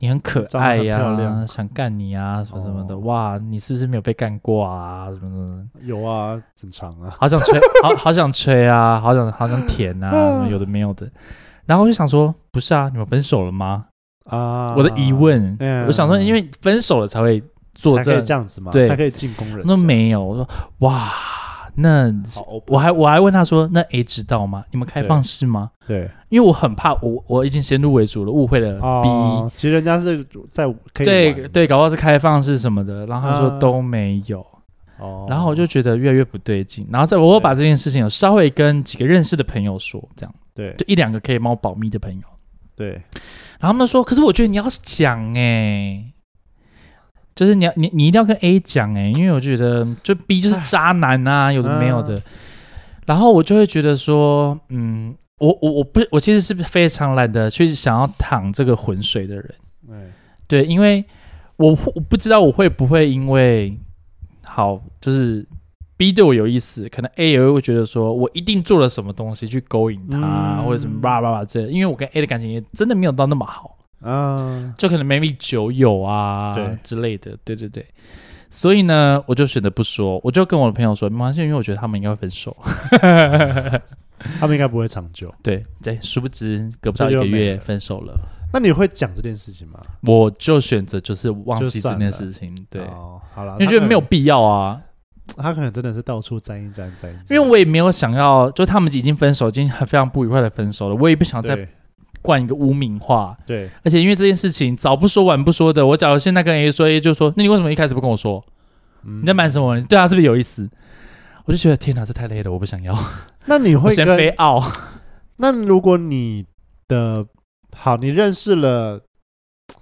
S1: 你很可爱呀、
S2: 长得很漂亮
S1: 想干你啊，什么什么的，
S2: 哦
S1: 哇，你是不是没有被干过啊，什么什么的。
S2: 有啊，正常啊，
S1: 好想吹，好 好想吹啊，好想好想舔啊，什么有的没有的。然后我就想说，不是啊，你们分手了吗？
S2: 啊，
S1: 我的疑问，
S2: 嗯
S1: 我想说，因为分手了才会做
S2: 才可
S1: 这
S2: 以这，样子嘛，
S1: 对
S2: 才可以进攻人
S1: 他说
S2: 家，
S1: 没有，我说哇，那
S2: 好
S1: 我还我还问他说，那 A 知道吗？你们开放式吗？
S2: 对
S1: 因为我很怕我我已经先入为主了，误会了 B，、
S2: 哦，其实人家是在可以
S1: 对
S2: 玩
S1: 对，搞不好是开放式什么的，然后他说
S2: 啊
S1: 都没有。
S2: 哦，
S1: 然后我就觉得越来越不对劲，然后在我又把这件事情有稍微跟几个认识的朋友说，这样
S2: 对
S1: 就一两个可以帮我保密的朋友，
S2: 对
S1: 然后他们说，可是我觉得你要讲哎、就是你要你你一定要跟 A 讲哎、因为我觉得就 B 就是渣男啊，有的没有的，然后我就会觉得说，嗯，我我我不我其实是非常懒得去想要淌这个浑水的人。
S2: 对，
S1: 对，因为我会我不知道我会不会因为好就是 B 对我有意思，可能 A 也会觉得说我一定做了什么东西去勾引他，
S2: 嗯
S1: 或者什么叭叭叭这，因为我跟 A 的感情也真的没有到那么好，
S2: 啊，
S1: 就可能 maybe 酒友啊
S2: 对
S1: 之类的，对对对。所以呢，我就选择不说，我就跟我的朋友说，没关系，因为我觉得他们应该会分手。
S2: 他们应该不会长久。
S1: 对对，殊不知隔不到一
S2: 这
S1: 个
S2: 就没
S1: 月
S2: 了
S1: 分手了，
S2: 那你会讲这件事情吗？
S1: 我就选择就是忘
S2: 就
S1: 记这
S2: 算
S1: 件
S2: 了
S1: 事情，对，
S2: 哦，好了，
S1: 因为觉得没有必要啊。
S2: 他可能，他可能真的是到处沾一沾沾一沾。
S1: 因为我也没有想要，就他们已经分手，已经很非常不愉快的分手了，我也不想再
S2: 对
S1: 灌一个污名化。
S2: 对，
S1: 而且因为这件事情早不说晚不说的，我假如现在跟 A 说，A 就说，那你为什么一开始不跟我说？
S2: 你
S1: 你在瞒什
S2: 嗯
S1: 么？你对他啊是不是有意思？我就觉得天哪，这太累了，我不想要，
S2: 那你
S1: 我
S2: 会
S1: 先飞
S2: 跟
S1: 傲。
S2: 那如果你的好，你认识了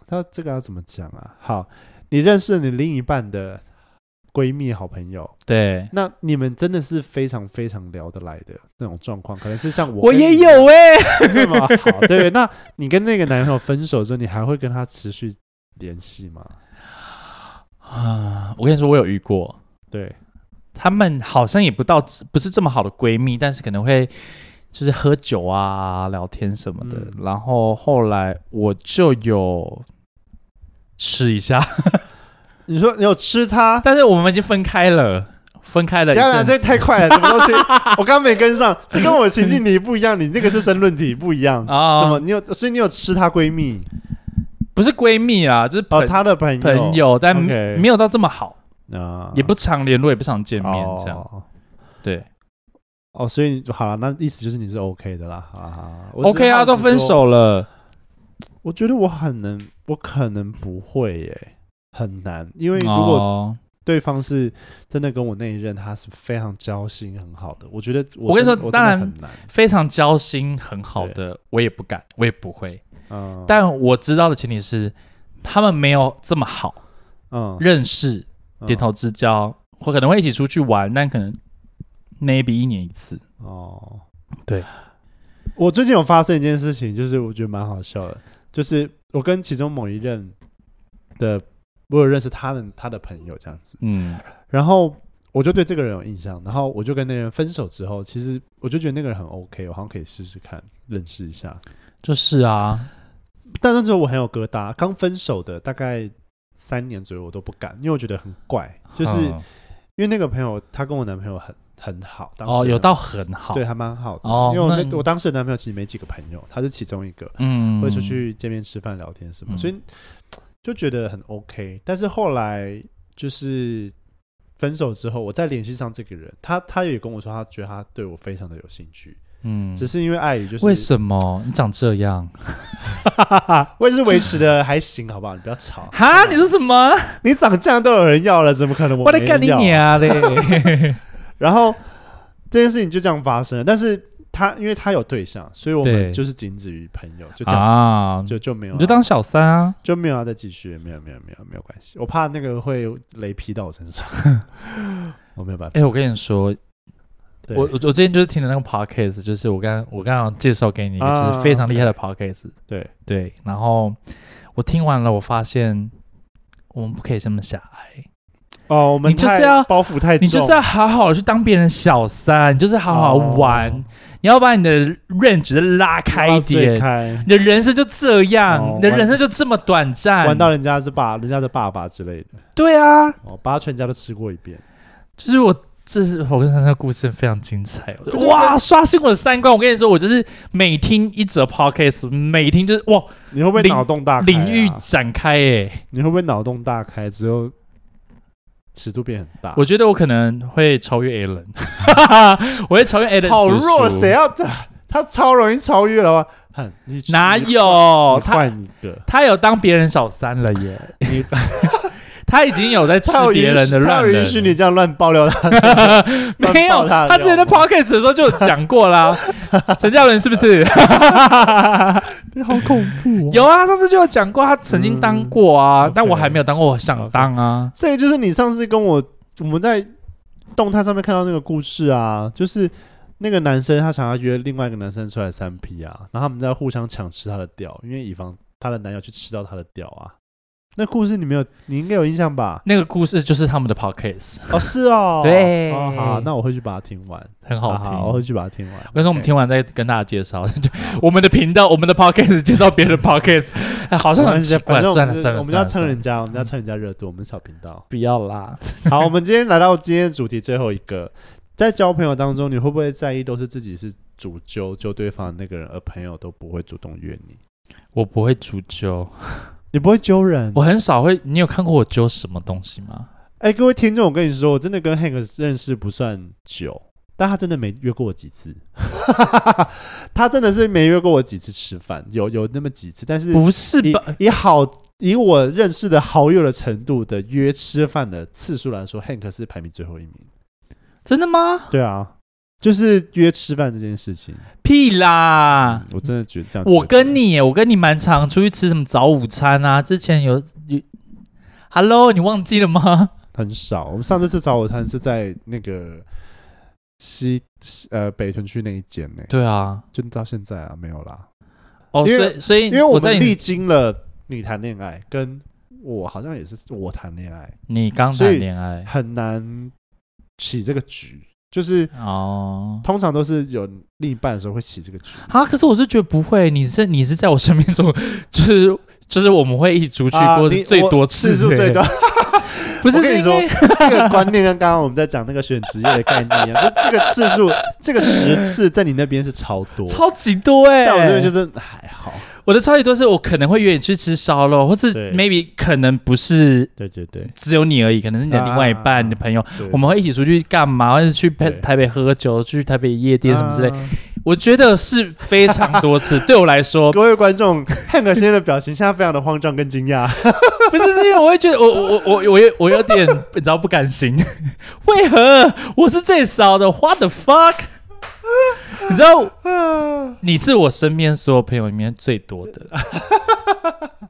S2: 他这个要怎么讲啊？好，你认识你另一半的闺蜜好朋友，
S1: 对，
S2: 那你们真的是非常非常聊得来的那种状况，可能是像我欸
S1: 我
S2: 跟
S1: 也
S2: 你
S1: 有哎、
S2: 是吗？好，对，那你跟那个男朋友分手之后，你还会跟他持续联系吗？
S1: 啊，我跟你说，我有遇过，
S2: 对，
S1: 他们好像也不到不是这么好的闺蜜，但是可能会就是喝酒啊、聊天什么的。
S2: 嗯
S1: 然后后来我就有吃一下，
S2: 你说你有吃他？
S1: 但是我们已经分开了，分开了一
S2: 当然，
S1: 阵
S2: 这
S1: 子。
S2: 太 快了，什么东西？我刚刚没跟上，这跟我情境题不一样，你那个是申论题不一样。
S1: 啊
S2: 什么？你有？所以你有吃她闺蜜？
S1: 不是闺蜜啊，就是朋、
S2: 哦，她的朋友，
S1: 朋友，但
S2: OK
S1: 没有到这么好，
S2: 啊，
S1: 也不常联络，也不常见面，这样、
S2: 哦
S1: 对。
S2: 哦，所以好了，那意思就是你是 OK 的啦，啊好啦好啦我只是
S1: OK
S2: 好
S1: 啊，
S2: 奇
S1: 都分
S2: 说
S1: 手了，
S2: 我觉得我很能，我可能不会耶，很难，因为如果
S1: 哦
S2: 对方是真的跟我那一任，他是非常交心很好的，我觉得我
S1: 我跟你
S2: 真
S1: 说
S2: 我真的
S1: 当然
S2: 很难，
S1: 非常交心，很好的，我也不敢，我也不会。
S2: 嗯，
S1: 但我知道的前提是，他们没有这么好
S2: 嗯
S1: 认识、
S2: 嗯
S1: 点头之交，或可能会一起出去玩，但可能 maybe 一年一次。
S2: 哦，
S1: 对，
S2: 我最近有发生一件事情，就是我觉得蛮好笑的，就是我跟其中某一任的，我有认识他的他的朋友这样子，
S1: 嗯，
S2: 然后我就对这个人有印象，然后我就跟那个人分手之后，其实我就觉得那个人很 OK，我好像可以试试看认识一下，
S1: 就是啊，
S2: 但那时候我很有疙瘩，刚分手的大概三年左右，我都不敢，因为我觉得很怪，就是
S1: 嗯
S2: 因为那个朋友她跟我男朋友很很好，当时
S1: 哦，
S2: 呢
S1: 有到很好，
S2: 对，还蛮好的，
S1: 哦
S2: 因为我那
S1: 那
S2: 我当时的男朋友其实没几个朋友，他是其中一个，
S1: 嗯，
S2: 会出去见面吃饭聊天什么，
S1: 嗯
S2: 所以就觉得很 OK。但是后来就是分手之后，我再联系上这个人，他他也跟我说，他觉得他对我非常的有兴趣，
S1: 嗯，
S2: 只是因为碍于就是
S1: 为什么你长这样？
S2: 我也是维持的还行，好不好？你不要吵。
S1: 哈，你说什么？
S2: 你长这样都有人要了，怎么可能我
S1: 我
S2: 没
S1: 的
S2: 人要啊
S1: 干你娘嘞！
S2: 然后这件事情就这样发生了，但是他因为他有对象，所以我
S1: 对
S2: 们就是仅止于朋友， 就这样子，
S1: 啊，
S2: 就就没有
S1: 你
S2: 要，
S1: 就当小三啊。
S2: 就没有要再继续，没有没有没有没有关系，我怕那个会雷劈到我身 上，我没有办法。
S1: 哎、我跟你说，
S2: 对
S1: 我我我最近就是听了那个 podcast，就是我刚我刚刚介绍给你一个
S2: 啊
S1: 就是非常厉害的 podcast，、
S2: 对
S1: 对，然后我听完了，我发现我们不可以这么狭隘，
S2: 哦，我们
S1: 你就是
S2: 太
S1: 要
S2: 包袱太重，
S1: 你就是要好好的去当别人小三，你就是好好玩，
S2: 哦
S1: 你要把你的 range 再拉开一
S2: 最
S1: 点，
S2: 开
S1: 你的人生就这样，
S2: 哦
S1: 你的
S2: 玩
S1: 人生就这么短暂，
S2: 玩到人家是爸，人家的爸爸之类的，
S1: 对啊，
S2: 哦，把他全家都吃过一遍。
S1: 就是我。这是我跟他的故事非常精彩
S2: 可是，
S1: 哇！刷新我的三观。我跟你说，我就是每听一则 podcast，每听就是哇，
S2: 你会不会
S1: 领
S2: 脑洞大开、啊？
S1: 领域展开诶、
S2: 你会不会脑洞大开之后尺度变很大？
S1: 我觉得我可能会超越 Alan，哈哈，我会超越 Alan 叔叔。
S2: 好弱，谁要他？他超容易超越了啊吧？哼，你
S1: 哪
S2: 你
S1: 有
S2: 你
S1: 他？
S2: 换一个，
S1: 他有当别人小三了耶，
S2: 你
S1: 他已经有在吃
S2: 他有
S1: 别人的乱
S2: 他有允许你
S1: 人。
S2: 这样乱爆料他？乱
S1: 没有
S2: 爆，他的料
S1: 他之前在 podcast 的时候就有讲过 啦。陈嘉伦是不是？
S2: 你 好恐怖、哦！
S1: 有啊，上次就有讲过，他曾经当过啊，
S2: 嗯
S1: 但我
S2: OK
S1: 还没有当过，我想当啊。
S2: 这个就是你上次跟我我们在动态上面看到那个故事啊，就是那个男生他想要约另外一个男生出来三 P 啊，然后他们在互相抢吃他的屌，因为以防他的男友去吃到他的屌啊。那故事你没有，你应该有印象吧？
S1: 那个故事就是他们的 podcast，
S2: 哦，是哦，
S1: 对
S2: 哦好，那我会去把它听完，
S1: 很好听。
S2: 我会去把它听完
S1: 我。跟你说，我们听完再跟大家介绍，
S2: 嗯
S1: 就我们的频道，我们的 podcast 介绍别人的 podcast，哎好像很奇怪。
S2: 反正我
S1: 算
S2: 们
S1: 了
S2: 是
S1: 算了，
S2: 我们要蹭
S1: 算了
S2: 人家，我们要蹭人家热度，我们小频道。
S1: 不要啦。
S2: 好，我们今天来到今天的主题最后一个，在交朋友当中，你会不会在意都是自己是主揪揪对方的那个人，而朋友都不会主动约你？
S1: 我不会主揪，
S2: 你不会揪人？
S1: 我很少会。你有看过我揪什么东西吗？
S2: 哎、各位听众，我跟你说，我真的跟 Hank 认识不算久，但他真的没约过我几次，他真的是没约过我几次吃饭，有有那么几次，但是
S1: 不是
S2: 以
S1: 吧？
S2: 以好以我认识的好友的程度的约吃饭的次数来说，Hank 是排名最后一名。
S1: 真的吗？
S2: 对啊，就是约吃饭这件事情，嗯
S1: 屁啦！
S2: 我真的觉得这样。
S1: 啊我跟你耶，我跟你蛮常出去吃什么早午餐啊。之前有有，Hello，你忘记了吗？
S2: 很少，我们上次吃早午餐是在那个西西呃北屯区那一间呢、
S1: 对啊，
S2: 就到现在啊没有啦。
S1: 哦，
S2: 因
S1: 所
S2: 为
S1: 以所以
S2: 因为我
S1: 我在
S2: 们
S1: 你
S2: 历经了你谈恋爱，跟我好像也是我谈恋爱，
S1: 你刚
S2: 所以
S1: 谈恋爱
S2: 很难起这个局，就是
S1: 哦。
S2: 通常都是有另一半的时候会起这个局。
S1: 啊，可是我是觉得不会，你是你是在我生命中， 就是就是我们会一起出去
S2: 啊
S1: 过
S2: 你
S1: 最
S2: 我
S1: 多次
S2: 次数最多，，
S1: 不是
S2: 我跟
S1: 是
S2: 你
S1: 因为
S2: 这个观念跟刚刚我们在讲那个选职业的概念一样，就这个次数，这个十次在你那边是超多，
S1: 超级多哎、
S2: 在我这边就是还好。
S1: 我的超级多是我可能会约你去吃烧肉，或是
S2: 对
S1: maybe 可能不是
S2: 对对对，
S1: 只有你而已，可能是你的另外一半、
S2: 啊
S1: 你的朋友，
S2: 对
S1: 我们会一起出去干嘛，或者去台
S2: 对
S1: 台北喝酒，去台北夜店什么之类。
S2: 啊
S1: 我觉得是非常多次， 对我来说，
S2: 各位观众，汉克先生的表情现在非常的慌张跟惊 讶。
S1: 啊不是是因为我会觉得我我我我我有我有点 你知道不甘心， 为何我是最少的？What the fuck？你知道，
S2: 啊
S1: 你是我身边所有朋友里面最多的，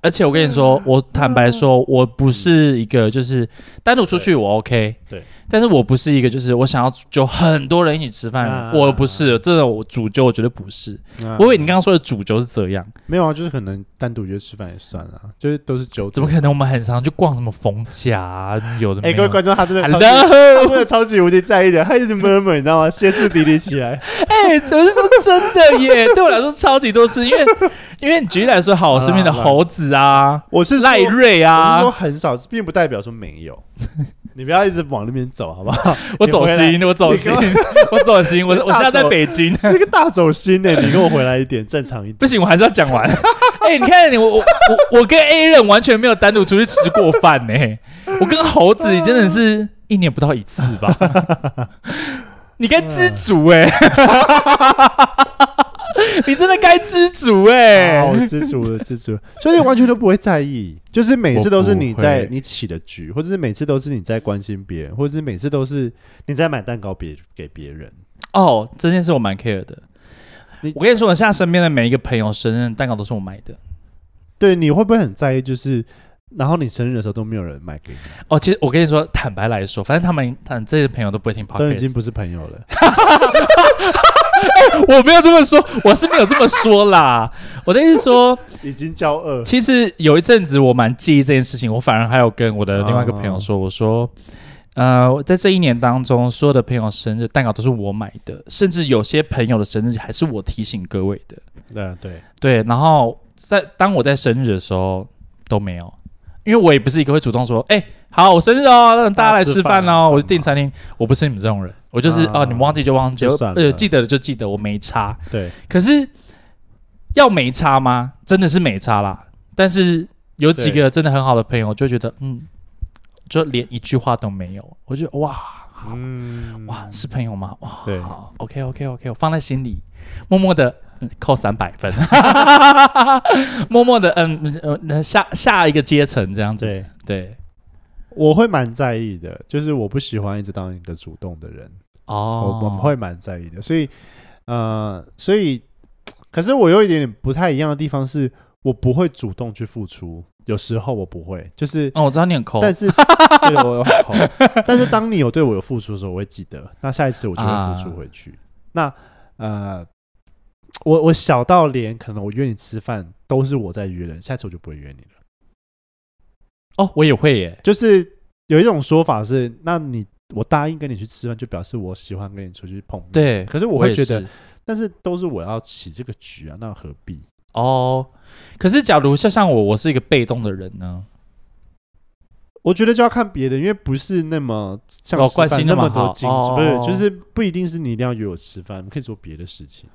S1: 而且我跟你说，我坦白说，我不是一个就是单独出去我 OK，
S2: 对，
S1: 但是我不是一个就是我想要就很多人一起吃饭的人，
S2: 啊
S1: 我不是这种我主揪，我绝对不是。
S2: 啊
S1: 我以为你刚刚说的主揪是这样，
S2: 没有啊，就是可能单独约吃饭也算啊，就是都是酒。
S1: 怎么可能？我们很常去逛什么逢甲、啊，有的没
S2: 哎、
S1: 有
S2: 各位
S1: 的。
S2: 观众，他真的超级，他
S1: Hello，
S2: 真的超级无敌在意的，他一直 murmur，你知道吗？歇斯底里起来。
S1: 哎、我是说真的 耶，对我来说超级多次，因为因为你举例来说，好，我身边的猴子啊、
S2: 我是说
S1: 赖瑞
S2: 我是说
S1: 啊，
S2: 很少，并不代表说没有。 你不要一直往那边走，好 不好？
S1: 我走心，我走心，
S2: 你
S1: 我走心，我
S2: 你给
S1: 我
S2: 我
S1: 现在在北京，
S2: 这个大走心呢、你跟我回来一点，正常一点。
S1: 不行，我还是要讲完。 哎、你看你我我我我跟 A 人完全没有单独出去吃过饭 呢、我跟猴子真的
S2: 嗯
S1: 是一年不到一次 吧。你该知足哎、
S2: 嗯
S1: 你真的该知足哎、
S2: 好，哦我知足了，知足了。所以你完全都不会在意，就是每次都是你
S1: 我
S2: 在
S1: 不会
S2: 你起的局，或者是每次都是你在关心别人，或者是每次都是你在买蛋糕别给别人。
S1: 哦，这件事我蛮 care 的
S2: 你。
S1: 我跟你说，我现在身边的每一个朋友生日蛋糕都是我买的。
S2: 对，你会不会很在意？就是然后你生日的时候都没有人买给你，
S1: 哦，其实我跟你说，坦白来说，反正他们他们这些朋友都不会听 p o
S2: 都
S1: d
S2: 已
S1: c
S2: 经
S1: a
S2: 不是朋友 了。
S1: 我没有这么说，我是没有这么说啦。 我的意思是说，
S2: 已经交恶。
S1: 其实有一阵子我蛮介意这件事情，我反而还有跟我的另外一个朋友
S2: 哦
S1: 说，我说。呃，我在这一年当中，所有的朋友生日蛋糕都是我买的，甚至有些朋友的生日还是我提醒各位的。
S2: 对对，
S1: 对，然后在当我在生日的时候都没有，因为我也不是一个会主动说，哎、好，我生日哦，让大家来吃饭
S2: 大家吃饭啊
S1: 哦，我就订餐厅，我不是你们这种人，我就是、
S2: 啊
S1: 哦，你们忘记就忘记，
S2: 就算了
S1: 呃，记得就记得，我没差。
S2: 对，
S1: 可是要没差吗？真的是没差啦，但是有几
S2: 对
S1: 个真的很好的朋友就觉得，嗯，就连一句话都没有，我就哇，好
S2: 嗯，
S1: 哇，是朋友吗？哇，
S2: 对
S1: 好，OK OK OK，我放在心里，默默的、嗯扣三百分， 默默的嗯嗯呃那下下一个阶层这样子，
S2: 对，
S1: 对，
S2: 我会蛮在意的，就是我不喜欢一直当一个主动的人，
S1: 哦，
S2: 我我会蛮在意的。所以，呃，所以，可是我有一点点不太一样的地方是，我不会主动去付出，有时候我不会，就是。
S1: 哦，我知道你很抠，
S2: 但 是，对我有好但是当你有对我有付出的时候，我会记得。那下一次我就会付出回
S1: 啊
S2: 去。那呃，我我小到连可能我约你吃饭都是我在约人，下次我就不会约你了。
S1: 哦，我也会耶，
S2: 就是有一种说法是，那你我答应跟你去吃饭，就表示我喜欢跟你出去碰面。
S1: 对
S2: 可是我会
S1: 也
S2: 觉得
S1: 是，
S2: 但是都是我要起这个局啊，那何必？
S1: 哦。可是假如像像我，我是一个被动的人呢，
S2: 我觉得就要看别人，因为不是那么像
S1: 哦
S2: 吃
S1: 关
S2: 饭
S1: 系
S2: 那
S1: 那么
S2: 么多
S1: 好
S2: 精致，
S1: 哦
S2: 不是就是不一定是你一定要约我吃饭，可以做别的事情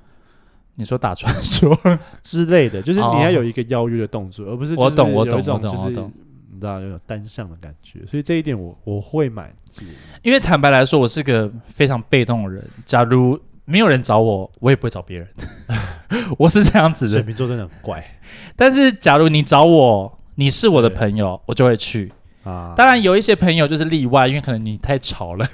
S1: 你说打传说，
S2: 之类的，就是
S1: 哦
S2: 你要有一个邀约的动作，而不是
S1: 我
S2: 就是
S1: 懂我
S2: 有
S1: 懂
S2: 一种
S1: 我懂
S2: 就
S1: 我
S2: 是
S1: 懂
S2: 你知道有种单向的感觉，所以这一点我我会蛮介意。
S1: 因为坦白来说，我是个非常被动的人。假如没有人找我，我也不会找别人， 我是这样子
S2: 水
S1: 的。
S2: 瓶座真的很怪
S1: 但是假如你找我，你是我的
S2: 对
S1: 朋友，我就会去。
S2: 啊，
S1: 当然有一些朋友就是例外，因为可能你太吵了。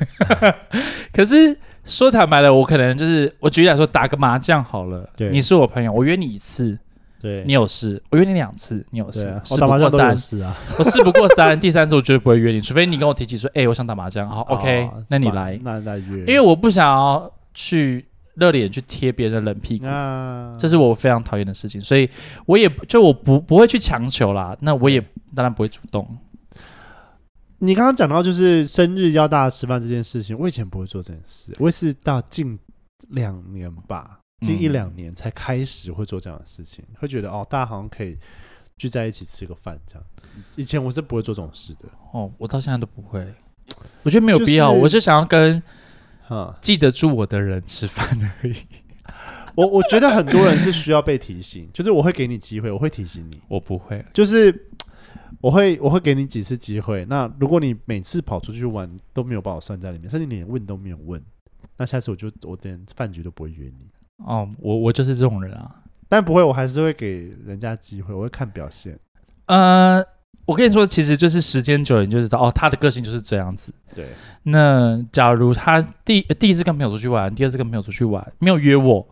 S1: 可是说坦白了，我可能就是我举例来说，打个麻将好了
S2: 对，
S1: 你是我朋友，我约你一次，
S2: 对
S1: 你有事；我约你两次，你有
S2: 对
S1: 事
S2: 啊，。我
S1: 事
S2: 打
S1: 不
S2: 麻
S1: 过
S2: 将都有
S1: 三，
S2: 事啊。
S1: 我事不过三，第三次我绝对不会约你，除非你跟我提起说，哎，我想打麻将，好，OK，
S2: 哦
S1: 那你来，
S2: 那那约，
S1: 因为我不想要去热脸去贴别人的冷屁股。
S2: 啊那
S1: 这是我非常讨厌的事情，所以我也就我不不会去强求啦，那我也当然不会主动，
S2: 你刚刚讲到就是生日邀大家吃饭这件事情，我以前不会做这件事，我也是到近两年吧，近一
S1: 嗯
S2: 两年才开始会做这样的事情，会觉得哦，大家好像可以聚在一起吃个饭这样子。以前我是不会做这种事的，
S1: 哦，我到现在都不会，我觉得没有必要，
S2: 就是
S1: 我就想要跟
S2: 哈、
S1: 记得住我的人吃饭而已。
S2: 我我觉得很多人是需要被提醒，就是我会给你机会，我会提醒你，
S1: 我不会，
S2: 就是。我会我会给你几次机会，那如果你每次跑出去玩都没有把我算在里面，甚至连问都没有问，那下次我就我连饭局都不会约你。
S1: 哦，我我就是这种人啊。
S2: 但不会，我还是会给人家机会，我会看表现。
S1: 呃，我跟你说，其实就是时间久了，你就知道哦，他的个性就是这样子。
S2: 对，
S1: 那假如他第呃第一次跟朋友出去玩，第二次跟朋友出去玩，没有约我，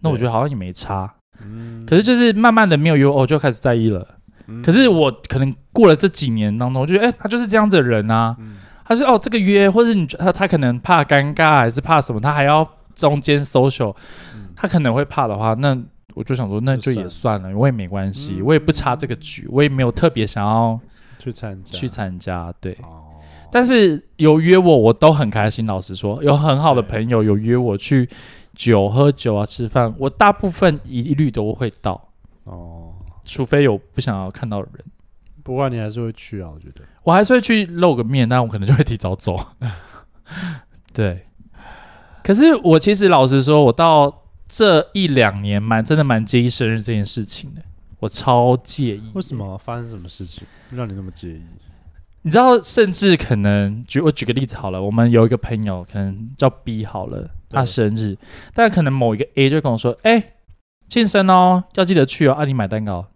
S1: 那我
S2: 对
S1: 觉得好像也没差。
S2: 嗯
S1: 可是就是慢慢的没有约我，我哦就开始在意了。可是，我可能过了这几年当中，我觉得哎，他就是这样子的人啊。
S2: 嗯
S1: 他是哦这个约，或是你觉得他他可能怕尴尬，还是怕什么，他还要中间 social，
S2: 嗯
S1: 他可能会怕的话，那我就想说，那就
S2: 就
S1: 也算了，我也没关系，我也不差这个
S2: 嗯
S1: 局，我也没有特别想要
S2: 去参加，
S1: 去参加，对。
S2: 哦，
S1: 但是有约我，我都很开心。老实说，有很好的朋友有约我去酒喝酒啊、吃饭，我大部分一律都会到，
S2: 哦，
S1: 除非有不想要看到的人，
S2: 不过你还是会去啊，我觉得。
S1: 我还是会去露个面，但我可能就会提早走。 对，可是我其实老实说，我到这一两年蛮真的蛮介意生日这件事情的，我超介意。
S2: 为什？么发生什么事情让你那么介意？
S1: 你知道，甚至可能举我举个例子好了，我们有一个朋友可能叫 B 好了，他
S2: 对
S1: 生日，但可能某一个 A 就跟我说：“哎、庆生哦，要记得去哦，啊，你买蛋糕。”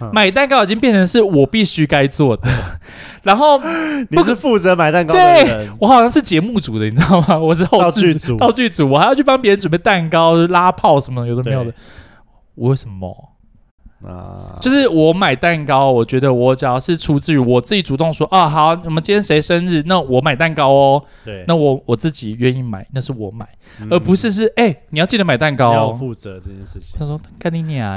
S2: 哼
S1: 买蛋糕已经变成是我必须该做的， 然后
S2: 你是负责买蛋糕的
S1: 对
S2: 人，
S1: 我好像是节目组的，你知道吗？ 我是后
S2: 道具
S1: 置
S2: 组
S1: 道具组，我还要去帮别人准备蛋糕、拉炮什么的，有的没有的
S2: 对。
S1: 我为什么？
S2: 啊，
S1: 就是我买蛋糕，我觉得我只要是出自于我自己主动说啊，好，我们今天谁生日，那我买蛋糕哦，
S2: 对，
S1: 那我我自己愿意买，那是我买，
S2: 嗯
S1: 而不是是哎、你要记得买蛋糕、
S2: 要
S1: 哦。
S2: 负责这件事情。
S1: 他说干你娘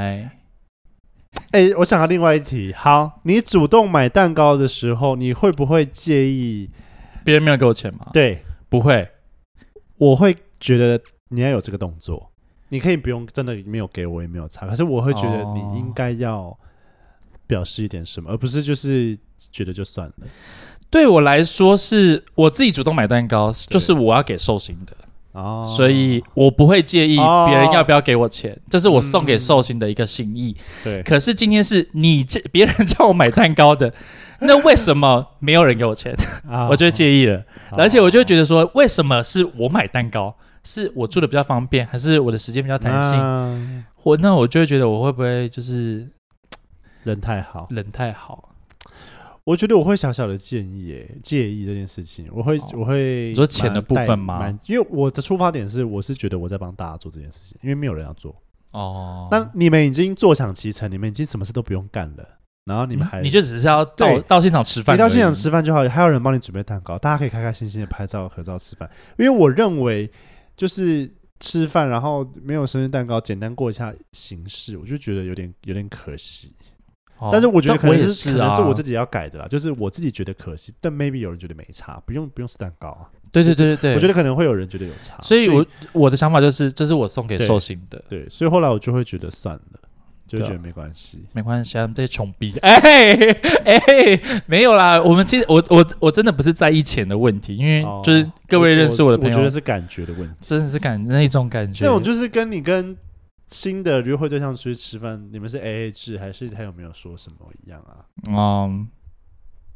S1: 哎、
S2: 哎，我想到另外一题，好，你主动买蛋糕的时候，你会不会介意？
S1: 别人没有给我钱吗？
S2: 对，
S1: 不会，
S2: 我会觉得你要有这个动作，你可以不用真的没有给我也没有差，可是我会觉得
S1: 哦
S2: 你应该要表示一点什么，而不是就是觉得就算了。
S1: 对我来说是我自己主动买蛋糕，就是我要给寿星的。
S2: 哦，
S1: 所以我不会介意
S2: 哦
S1: 别人要不要给我钱，这是我送给寿星的一个心意。
S2: 对，
S1: 可是今天是你这别人叫我买蛋糕的， 那为什么没有人给我钱？
S2: 啊
S1: 我就会介意了，
S2: 哦
S1: 而且我就会觉得说，为什么是我买蛋糕？是我住的比较方便，还是我的时间比较弹
S2: 啊
S1: 性？
S2: 那
S1: 我那我就会觉得我会不会就是
S2: 人太好，
S1: 人太好？
S2: 我觉得我会小小的建议耶，介意这件事情，我会
S1: 哦
S2: 我会
S1: 你说钱的部分吗
S2: 蛮带蛮因为我的出发点是，我是觉得我在帮大家做这件事情，因为没有人要做，
S1: 哦，
S2: 但你们已经坐享其成，你们已经什么事都不用干了，然后你
S1: 你
S2: 们还
S1: 嗯你就只是要到
S2: 对
S1: 到现场吃饭而已，
S2: 你到现场吃饭就好，还有人帮你准备蛋糕，大家可以开开心心的拍照、合照、吃饭。因为我认为，就是吃饭然后没有生日蛋糕，简单过一下形式，我就觉得有点有点可惜。
S1: 哦
S2: 但是我觉得可
S1: 但我
S2: 能
S1: 也
S2: 是可能
S1: 啊，
S2: 是我自己要改的啦，就是我自己觉得可惜，但 maybe 有人觉得没差，不用不用是蛋糕啊。
S1: 对对对对对，
S2: 我觉
S1: 得，
S2: 得可能会有人觉得有差，
S1: 所以我我的想法就是，这是我送给
S2: 对
S1: 寿星的，
S2: 对，所以后来我就会觉得算了，就会
S1: 对啊
S2: 觉得没关系。
S1: 没关系啊，这些穷逼， 哎哎，没有啦，我们其实我我我真的不是在意钱的问题，因为
S2: 哦
S1: 就是各位认识
S2: 我
S1: 的朋
S2: 我觉
S1: 友
S2: 得，是感觉的问题。
S1: 真的是感那一种感觉，
S2: 这种就是跟你跟新的约会对象出去吃饭，你们是 A A 制还是他有没有说什么一样啊？
S1: 嗯，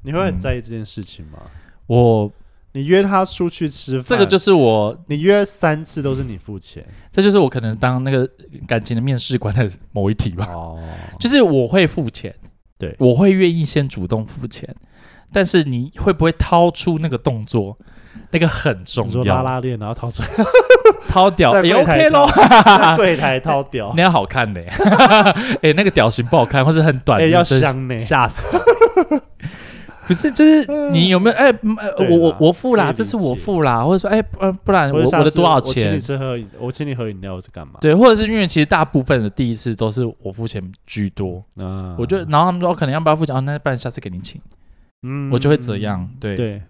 S2: 你会很
S1: 嗯
S2: 在意这件事情吗？
S1: 我
S2: 你约他出去吃饭，
S1: 嗯这个就是我
S2: 你约三次都是你 付钱
S1: 这就是我可能当那个感情的面试官的某一题吧，
S2: 哦，
S1: 就是我会付钱，
S2: 对
S1: 我会愿意先主动付钱，但是你会不会掏出那个动作，那个很重
S2: 你说
S1: 要，
S2: 拉拉链，然后掏出来
S1: 掏屌
S2: 在
S1: 也
S2: 柜台
S1: OK 咯，
S2: 在 柜台掏掉，
S1: 那要好看呢、欸， 哎、那个屌型不好看，或者很短，
S2: 哎，要
S1: 真是
S2: 香呢，
S1: 吓死。不是，就是你有没有？哎、嗯呃
S2: 对啦
S1: 我我我付啦，
S2: 可以理
S1: 这
S2: 解
S1: 次我付啦，或者说，哎、不呃不然
S2: 或
S1: 我
S2: 者下次
S1: 我的多少
S2: 我请
S1: 钱
S2: 你？吃喝饮，我请你喝饮料，我是干嘛？
S1: 对，或者是因为其实大部分的第一次都是我付钱居多，
S2: 啊
S1: 我就然后他们说哦可能要不要付钱，哦，那不然下次给你请，
S2: 嗯
S1: 我就会这样，对。
S2: 对。啊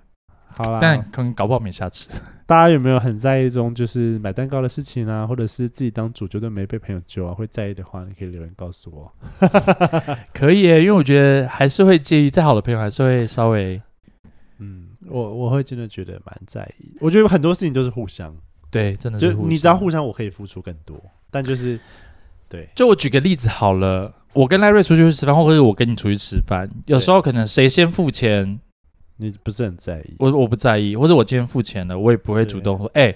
S2: 好啦，
S1: 但可能搞不好没下次，
S2: 大家有没有很在意这种就是买蛋糕的事情啊，或者是自己当主角都没被朋友救啊？会在意的话，你可以留言告诉我。
S1: 可以欸耶，因为我觉得还是会介意，再好的朋友还是会稍微
S2: 嗯，我我会真的觉得蛮在意。我觉得很多事情都是互相，
S1: 对，真的是
S2: 就
S1: 互
S2: 你只要
S1: 相
S2: 互相，我可以付出更多，但就是对，
S1: 就我举个例子好了，我跟赖瑞出去吃饭，或者我跟你出去吃饭，有时候可能谁先付钱，
S2: 你不是很在意。
S1: 我我不在意，或者我今天付钱了，我也不会
S2: 对
S1: 主动说，哎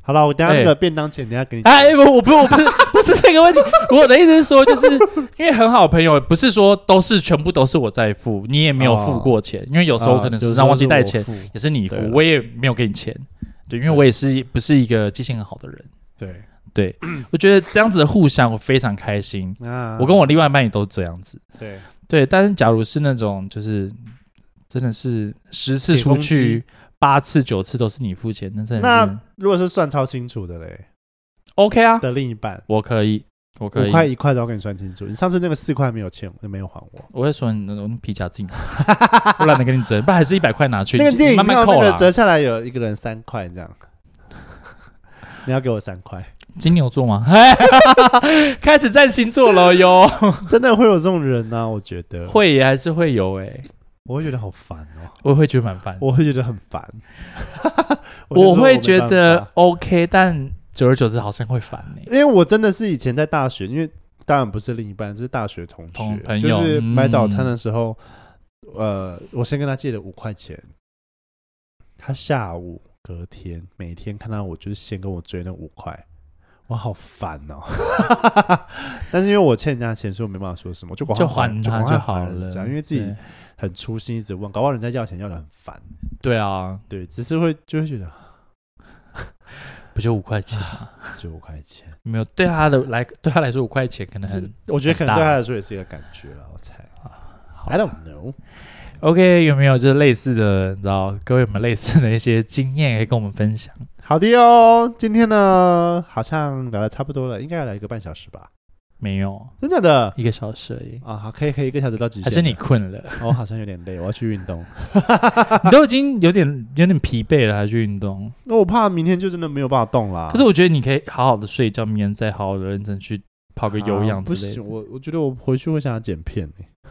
S2: 好了，我等一下
S1: 哎
S2: 那个便当钱，等一下给你。
S1: 哎，我我不我不是 不是这个问题，我的意思是说，就是因为很好的朋友，不是说都是全部都是我在付，你也没有付过钱，因为有时候可能身上忘记带钱，
S2: 啊，有时候哦是我付
S1: 也是你付
S2: 对，了
S1: 我也没有给你钱，对，因为
S2: 对
S1: 我也是不是一个记性很好的人，
S2: 对
S1: 对，我觉得这样子的互相我非常开心，
S2: 啊，
S1: 我跟我另外一半也都这样子，
S2: 对
S1: 对，但是假如是那种就是真的是十次出
S2: 铁公
S1: 去八次九次都是你付钱，那真的是
S2: 那如果是算超清楚的嘞，
S1: OK 啊，
S2: 的另一半
S1: 我可以，我可
S2: 五
S1: 以，
S2: 块一块都要给你算清楚。你上次那个四块没有欠，没有还我。
S1: 我会说你那皮夹自己拿，我懒得跟你折，不然还是一百块拿去，
S2: 那个
S1: 你
S2: 电影
S1: 慢慢
S2: 票
S1: 扣
S2: 那
S1: 啦
S2: 个。折下来有一个人三块这样， 你要给我三块，
S1: 金牛座吗？ 开始占星座 了哟，
S2: 真的会有这种人呢、我觉得，
S1: 会也还是会有哎，
S2: 我会觉得好烦哦，
S1: 我会觉得蛮烦，
S2: 我会觉得很 烦，就说
S1: 我会
S2: 没
S1: 觉
S2: 办
S1: 得
S2: 法，
S1: OK，但久而久之好像会烦欸呢。
S2: 因为我真的是以前在大学，因为当然不是另一半，是大学同学
S1: 同，朋友
S2: 就是买早餐
S1: 嗯
S2: 的时候，呃，我先跟他借了五块钱，他下午隔天每天看到我就是先跟我追那五块。我好烦哦， 但是因为我欠人家钱，所以我没办法说什么，就赶快
S1: 就
S2: 还
S1: 还
S2: 就赶
S1: 他
S2: 快
S1: 就
S2: 还
S1: 好
S2: 人
S1: 了，
S2: 家因为自己
S1: 对
S2: 很粗心，一直问，搞不好人家要钱要的很烦，
S1: 对啊，
S2: 对，只是会就会觉得啊
S1: 不就五块钱吗？
S2: 就五块钱，
S1: 没有，对他的来对他来说五块钱可能 很
S2: 我觉得可能
S1: 很大
S2: 对他来说也是一个感觉了，我猜。I don't know。
S1: OK，有没有就是类似的？你知道各位有没有类似的一些经验可以跟我们分享？
S2: 好的哟，今天呢好像聊的差不多了，应该要聊一个半小时吧？
S1: 没有，
S2: 真假的？
S1: 一个小时而已。
S2: 啊，好，可以可以，一个小时到极限。
S1: 还是你？困了？
S2: 我、哦、好像有点累，我要去运动。
S1: 你都已经有点有点疲惫了，还去运动？
S2: 那我怕明天就真的没有办法动啦。
S1: 可是我觉得你可以好好的睡一觉，明天再好好的认真去跑个有氧
S2: 啊
S1: 之
S2: 不
S1: 类
S2: 行，
S1: 的。
S2: 我我觉得我回去会想要剪片、欸、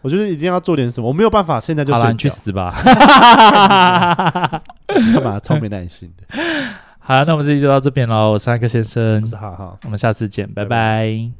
S2: 我觉得一定要做点什么，我没有办法现在就
S1: 好啦，
S2: 睡
S1: 你去
S2: 觉。
S1: 死 吧！
S2: 干嘛？超没耐心 的。
S1: 好了，那我们这期就到这边喽。我是汉克先生
S2: 不，是，好好。
S1: 我们下次见，拜
S2: 拜
S1: 拜